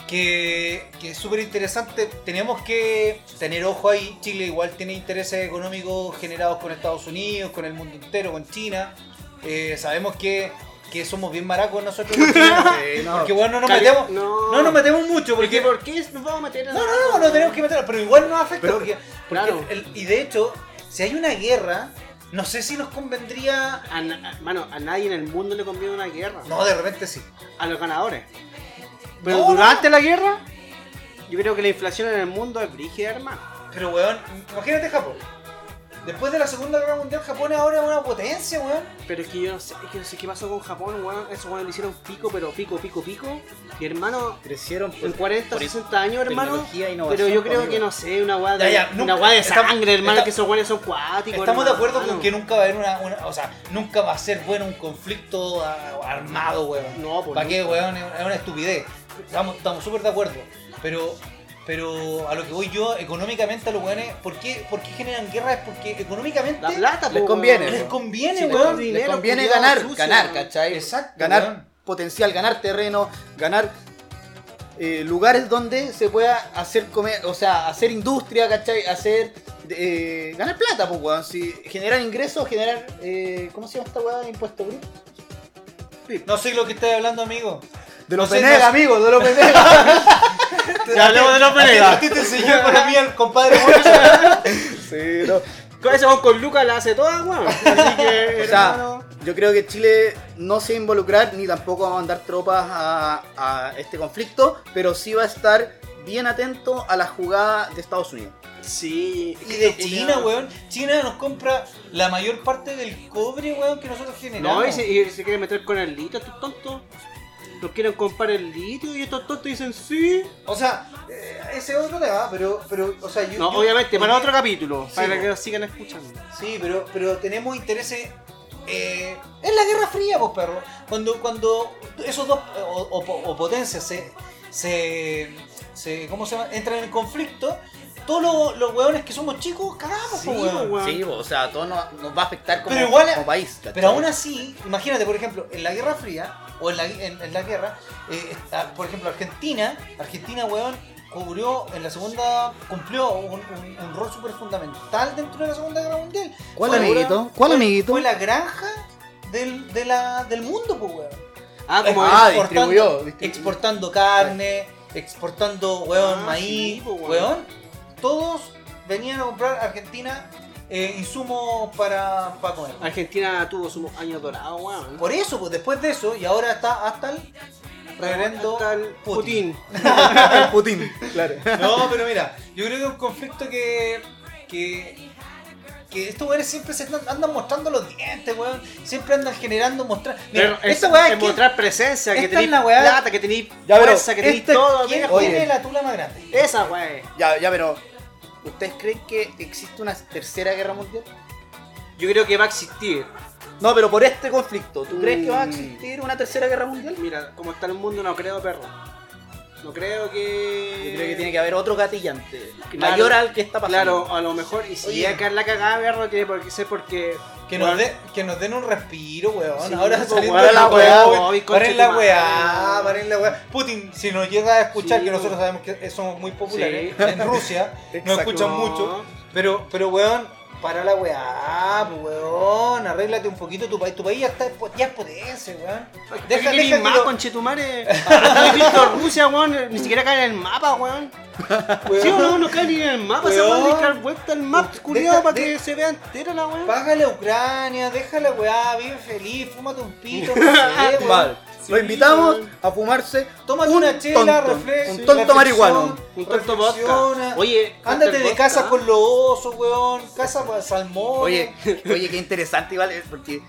que, que es súper interesante. Tenemos que tener ojo ahí. Chile igual tiene intereses económicos generados con Estados Unidos, con el mundo entero, con China. Eh, sabemos que, que somos bien maracos nosotros. los chilenos. Porque bueno, no nos Cali- metemos. no. no nos metemos mucho. ¿Por qué? Porque ¿Por qué nos vamos a meter en no, no, no, no tenemos que meterlo, pero igual nos afecta. Pero- porque, porque Claro. el- y de hecho, si hay una guerra, no sé si nos convendría. A, na- a- mano, a nadie en el mundo le conviene una guerra. No, de repente sí. A los ganadores. Pero No, durante la guerra, Yo creo que la inflación en el mundo es brígida, hermano. Pero, weón, imagínate Japón. Después de la Segunda Guerra Mundial, Japón es ahora una potencia, weón. Pero es que yo no sé, es que no sé qué pasó con Japón, weón. Esos weones le hicieron pico, pero pico, pico, pico. Y hermano, Crecieron en 40, por 60 años, hermano. tecnología e innovación, Pero yo creo conmigo. que no sé, una weá de, Ya, ya, una nunca- weá de estamos- sangre, hermano, está- que esos weones son cuáticos. Estamos de acuerdo hermano. con que nunca va a haber una, una- O sea, nunca va a ser bueno un conflicto ah, armado, weón. No, pues, ¿Para qué, weón? Es es una estupidez. Estamos estamos súper de acuerdo. Pero. Pero a lo que voy yo, económicamente a los weones, ¿por qué, por qué generan guerras? Es porque económicamente La plata, Les po, conviene, weón. les conviene, Sí, les weón. conviene. Les Dinero, conviene culiao, ganar, sucio, ganar, weón. ¿cachai? Exacto. ganar weón. potencial, ganar terreno, ganar eh, lugares donde se pueda hacer comer, o sea, hacer industria, ¿cachai? Hacer eh, ganar plata, pues, weón. Si generar ingresos, generar eh, ¿cómo se llama esta weá de impuesto bruto? No sé lo que estás hablando, amigo. De los No sé, Venegas, no sé. amigos, de los Venegas. Ya hablamos de los A Venegas. ti te enseñó economía el compadre Morrison. sí, no. Con ese weón con Lucas la hace toda, weón. Así que, O sea, hermano, Yo creo que Chile no se va a involucrar ni tampoco va a mandar tropas a, a este conflicto, pero sí va a estar bien atento a la jugada de Estados Unidos. sí. Y de China, weón. China nos compra la mayor parte del cobre, weón, que nosotros generamos. No, y se, y se quieren meter con el litio, estos tontos. Nos quieren comprar el litio y estos tontos dicen sí. O sea, eh, ese es otro tema, pero, pero, o sea, yo... No, yo- obviamente, para yo- otro capítulo, Sí, para po. que nos sigan escuchando. Sí, pero, pero tenemos intereses... Eh, es la Guerra Fría, pues, perro. Cuando, cuando esos dos, eh, o, o- o potencias, se, se, se- ¿Cómo se llama? Entran en conflicto, todos los, los weones que somos chicos, cagamos, Sí, pues, weón. weón. Sí, o sea, a todos nos, nos va a afectar como, Pero igual- como país. ¿cachai? Pero aún así, imagínate, por ejemplo, en la Guerra Fría, o en la, en, en la guerra, eh, está, por ejemplo, Argentina, Argentina, weón, cubrió en la segunda, cumplió un, un- un rol súper fundamental dentro de la Segunda Guerra Mundial. ¿Cuál Fue la- amiguito? ¿Cuál fue- amiguito? Fue la granja del, de la- del mundo, pues, weón. Ah, como Ah, Exportando- distribuyó, distribuyó. Exportando carne, exportando, weón, Ah, maíz, sí, pues, weón. weón. Todos venían a comprar a Argentina eh, insumos para, para comer. Argentina tuvo sus años dorados, weón. Por eso, pues después de eso, y ahora está hasta el reverendo Hasta el Putin. Putin. El Putin, claro. No, pero mira, yo creo que es un conflicto que. que. que estos weones siempre se andan, andan mostrando los dientes, weón. Siempre andan generando, mostrando. Mira, Pero esta es- weá es es que. mostrar presencia, que esta tenéis es la weá- plata, que tenéis Ya, pero fuerza, que tenéis esta- todo. ¿Quién viejo. tiene la tula más grande? Esa, weón. Ya, ya, pero ¿ustedes creen que existe una tercera guerra mundial? Yo creo que va a existir. No, pero por este conflicto, ¿tú Mm. crees que va a existir una tercera guerra mundial? Mira, como está el mundo, no creo, perro. No creo que. Yo creo que tiene que haber otro gatillante Claro. mayor al que está pasando. Claro, a lo mejor. Y si Oye. llega a caer la cagada, perro, tiene por qué ser porque. Que nos, Weón. de- que nos den un respiro, weón. Sí, ahora pues, saliendo weón, de la weá, COVID, COVID, Paren conche la tu weá, madre. paren la weá. Putin, si nos llega a escuchar, Sí, que nosotros weón. sabemos que somos muy populares Sí. en Rusia, nos Exacto. escuchan No. mucho. Pero, pero weón, para la weá, pues, weón, arréglate un poquito tu país. Tu país ya, está, ya es potencia, weón. Deja, Deja, deja que más, lo- conchetumare. No he visto Rusia, weón. Ni siquiera cae en el mapa, weón. Sí o no, no cae ni en el mapa. Se Weón. van a dedicar vuelta al mapa, Deja- culiado, para de- que se vea entera la weón. págale a Ucrania, déjala weá, vive feliz, fúmate un pito, no sé, weón. Ah, Vale. Lo invitamos a fumarse. Tómate un una chela, tonto, reflex- Un tonto reflexiona, marihuano. Un tonto vodka. reflexiona. Oye, Ándate tonto de vodka. casa con los osos, weón. Casa para salmón. Oye, oye, qué interesante, igual, es porque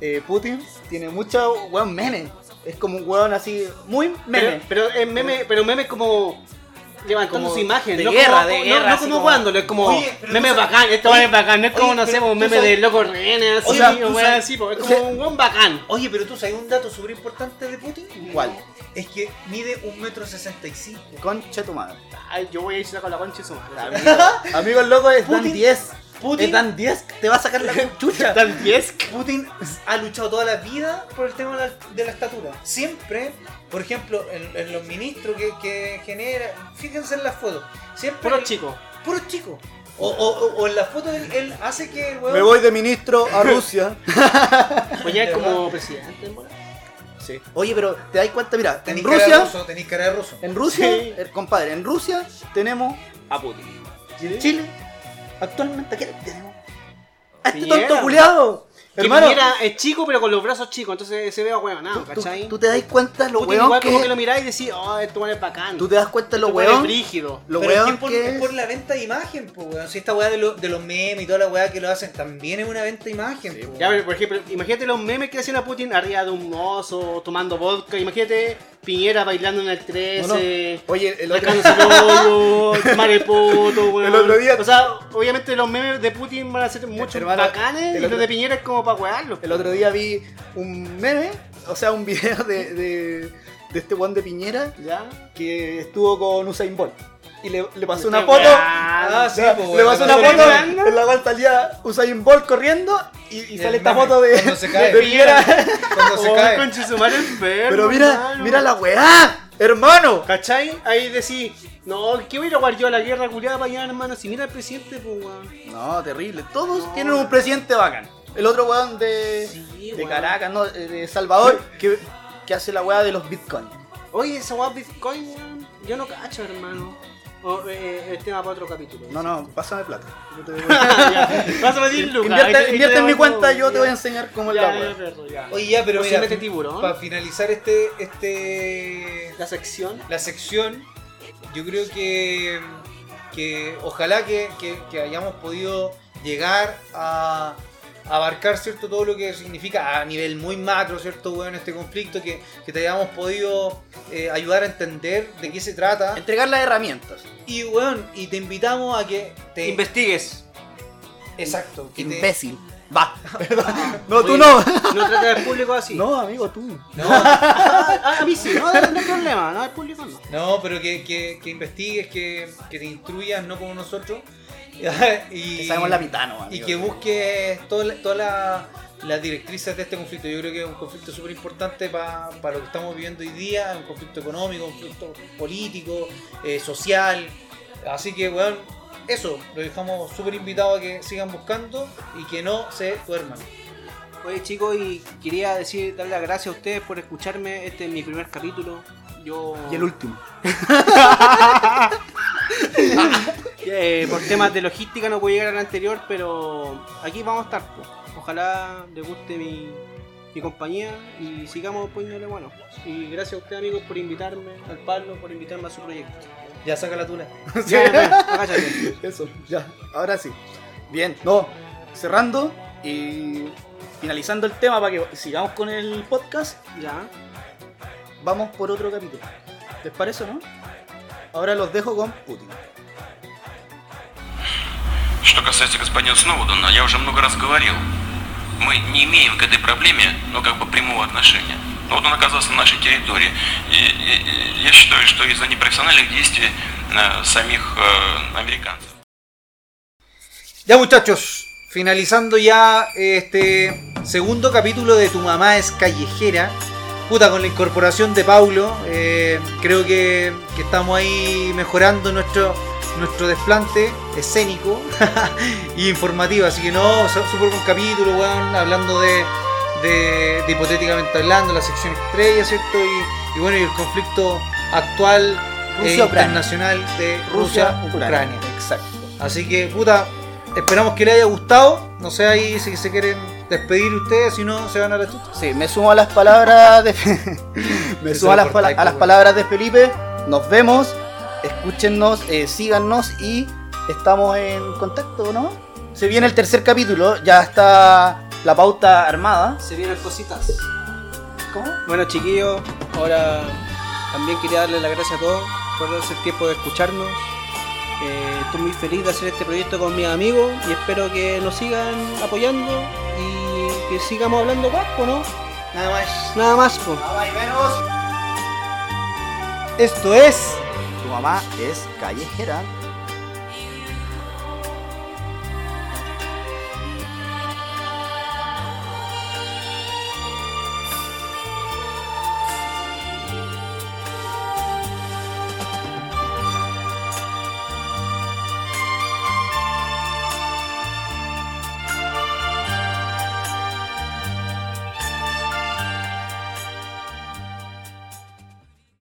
eh, Putin tiene mucho weón meme. Es como un weón así, muy meme. Pero, pero es meme, pero meme como. Levantando Como su imagen, de no guerra, como, de no- guerra, no, así como como- jugándolo, es como Oye, pero meme tú sabes- bacán, esto Oye, es bacán, no es como, oye, no sé, pero un tú meme sabes- de loco renes, así, O sea, tú o weón, sabes- así, po, es o como sea- un buen bacán. Oye, pero tú sabes un dato súper importante de Putin. ¿Cuál? Es que mide un metro sesenta y cinco. Concha tu madre. Ay, yo voy a irse con la concha y su madre. Amigo, el loco es Dan Putin- 10. Es Putin, Dan 10, te va a sacar la chucha. Tan diez. Putin ha luchado toda la vida por el tema de la, de la estatura. Siempre, por ejemplo, en, en los ministros que, que genera, fíjense en las fotos. Siempre Puro chico. puros chicos. O, o- o- o en las fotos él, él hace que el weón. Me voy de ministro a Rusia. Pues ya es como presidente, ¿no? Sí. Oye, pero te das cuenta, mira, en Tenís cara de Rusia, ruso, tenís cara de ruso. en Rusia, Sí. eh, compadre, en Rusia tenemos a Putin. Y en Chile, actualmente, ¿a ¿qué tenemos? A este Piñera. tonto culiado. Que Hermano. Piñera es chico, pero con los brazos chicos, entonces se ve bueno, nada, ¿Tú, ¿cachai? tú te das cuenta lo Puta, weón igual como que que lo miráis y decís, oh, esto bueno es bacán. Tú te das cuenta lo Este weón es weón brígido. Lo Pero es que weón es por, que es es. por la venta de imagen, po, weón. Si esta weá de, lo- de los memes y toda la weá que lo hacen también es una venta de imagen, po, Ya, pero, por ejemplo, imagínate los memes que hacían a Putin arriba de un oso, tomando vodka. Imagínate Piñera bailando en el 13, Oye, el otro, sacándose rollo, tomar el poto, weón. El otro día- O sea, obviamente los memes de Putin van a ser mucho Hermano, bacanes el y los otro- de Piñera es como para wearlo. el otro día vi un meme, o sea, un video de, de, de este weón de Piñera ¿Ya? que estuvo con Usain Bolt. Y le, le pasó una Este foto. weón. Ah, sí, Ya, po, le weón. pasó una Cuando foto se ven, ¿no? en la cual salía Usain Bolt corriendo y, y el sale esta meme, foto de, cuando se cae. de Piñera. Cuando se Oh, cae. conche su madre, enfermo, Pero mira, hermano. mira la weá, hermano. ¿Cachai? Ahí decís, no, ¿qué voy a ir a jugar yo a la guerra culiada para allá, hermano? Si mira el presidente, pues, weón. No, terrible. Todos No, tienen un weón. presidente bacán. El otro weón de, Sí, de weón. Caracas, no, eh, de Salvador, que, que hace la weá de los bitcoins. Oye, esa weá Bitcoin, weón, yo no cacho, hermano. O, eh, el tema para otro capítulo. No, no, pásame plata. Yo te voy a- Ya, Vas a pedir lucas. Invierte, Ahí te- invierte en mi ahí cuenta, yo te voy a ya. enseñar cómo es la Ya, weá. ya, perro, ya. Oye, ya, pero O si mira, Pues mete tiburón. para finalizar este, este, La sección. la sección, yo creo que, que ojalá que, que- que hayamos podido llegar a abarcar, ¿cierto? Todo lo que significa a nivel muy macro, ¿cierto? Bueno, este conflicto, que, que te hayamos podido eh, ayudar a entender de qué se trata. Entregar las herramientas. Y, bueno, y te invitamos a que te... Investigues. Exacto. Que te- Imbécil. Va. no, tú Oye, no. No trates al público así. No, amigo, tú. No, Ah, a mí sí, no, no hay problema, no al público no. No, pero que, que- que investigues, que, que te instruyas, no como nosotros. y, Que sabemos la mitad, no, y amigo. que busques todas la- todas la- las directrices de este conflicto. Yo creo que es un conflicto súper importante para lo que estamos viviendo hoy día, un conflicto económico, un conflicto político, eh, social. Así que, weón, eso, lo dejamos súper invitado a que sigan buscando y que no se duerman. Oye chicos, y quería decir, darle las gracias a ustedes por escucharme. Este es mi primer capítulo. Yo. Y el último. Eh, por temas de logística no pude llegar al anterior, pero aquí vamos a estar. po. Ojalá les guste mi, mi compañía y sigamos poniéndole bueno. Y gracias a ustedes amigos por invitarme, al Pablo por invitarme a su proyecto. Ya saca la tula. Ya, bueno, agáchate. Eso, ya. Ahora sí. Bien, no. Cerrando y finalizando el tema para que sigamos con el podcast, Ya. vamos por otro capítulo. ¿Les parece, no? Ahora los dejo con Putin. Что касается господина Сноудена, я уже много раз говорил. Мы не имеем к этой проблеме, ну, как бы, прямого отношения. Но вот он оказался на нашей территории. И, и- и я считаю, что из-за непрофессиональных действий э, самих э, американцев. Ya muchachos, finalizando ya este segundo capítulo de Tu mamá es callejera. Puta, con la incorporación de Paulo, eh, creo que, que estamos ahí mejorando nuestro, nuestro desplante escénico y informativo. Así que no, su- súper buen capítulo, weón, hablando de, de- de hipotéticamente hablando, la sección estrella, ¿cierto? Y, y bueno, y el conflicto actual e Rusia-Ucrania. internacional de Rusia-Ucrania. Exacto. Así que, puta, esperamos que les haya gustado. No sé ahí si se quieren despedir ustedes, si no, se van a la chucha. Sí, me sumo a las palabras de Fe- me Eso sumo a las, lo pala- cortáis, a las pues, palabras de Felipe. Nos vemos, escúchennos, eh, síganos y estamos en contacto, ¿no? Se viene el tercer capítulo, ya está la pauta armada. Se vienen cositas. ¿Cómo? Bueno chiquillos, ahora también quería darle las gracias a todos por darse el tiempo de escucharnos. Eh, estoy muy feliz de hacer este proyecto con mis amigos y espero que nos sigan apoyando y que sigamos hablando guapo, ¿no? Nada más. Nada más, po. Esto es. Tu mamá es callejera.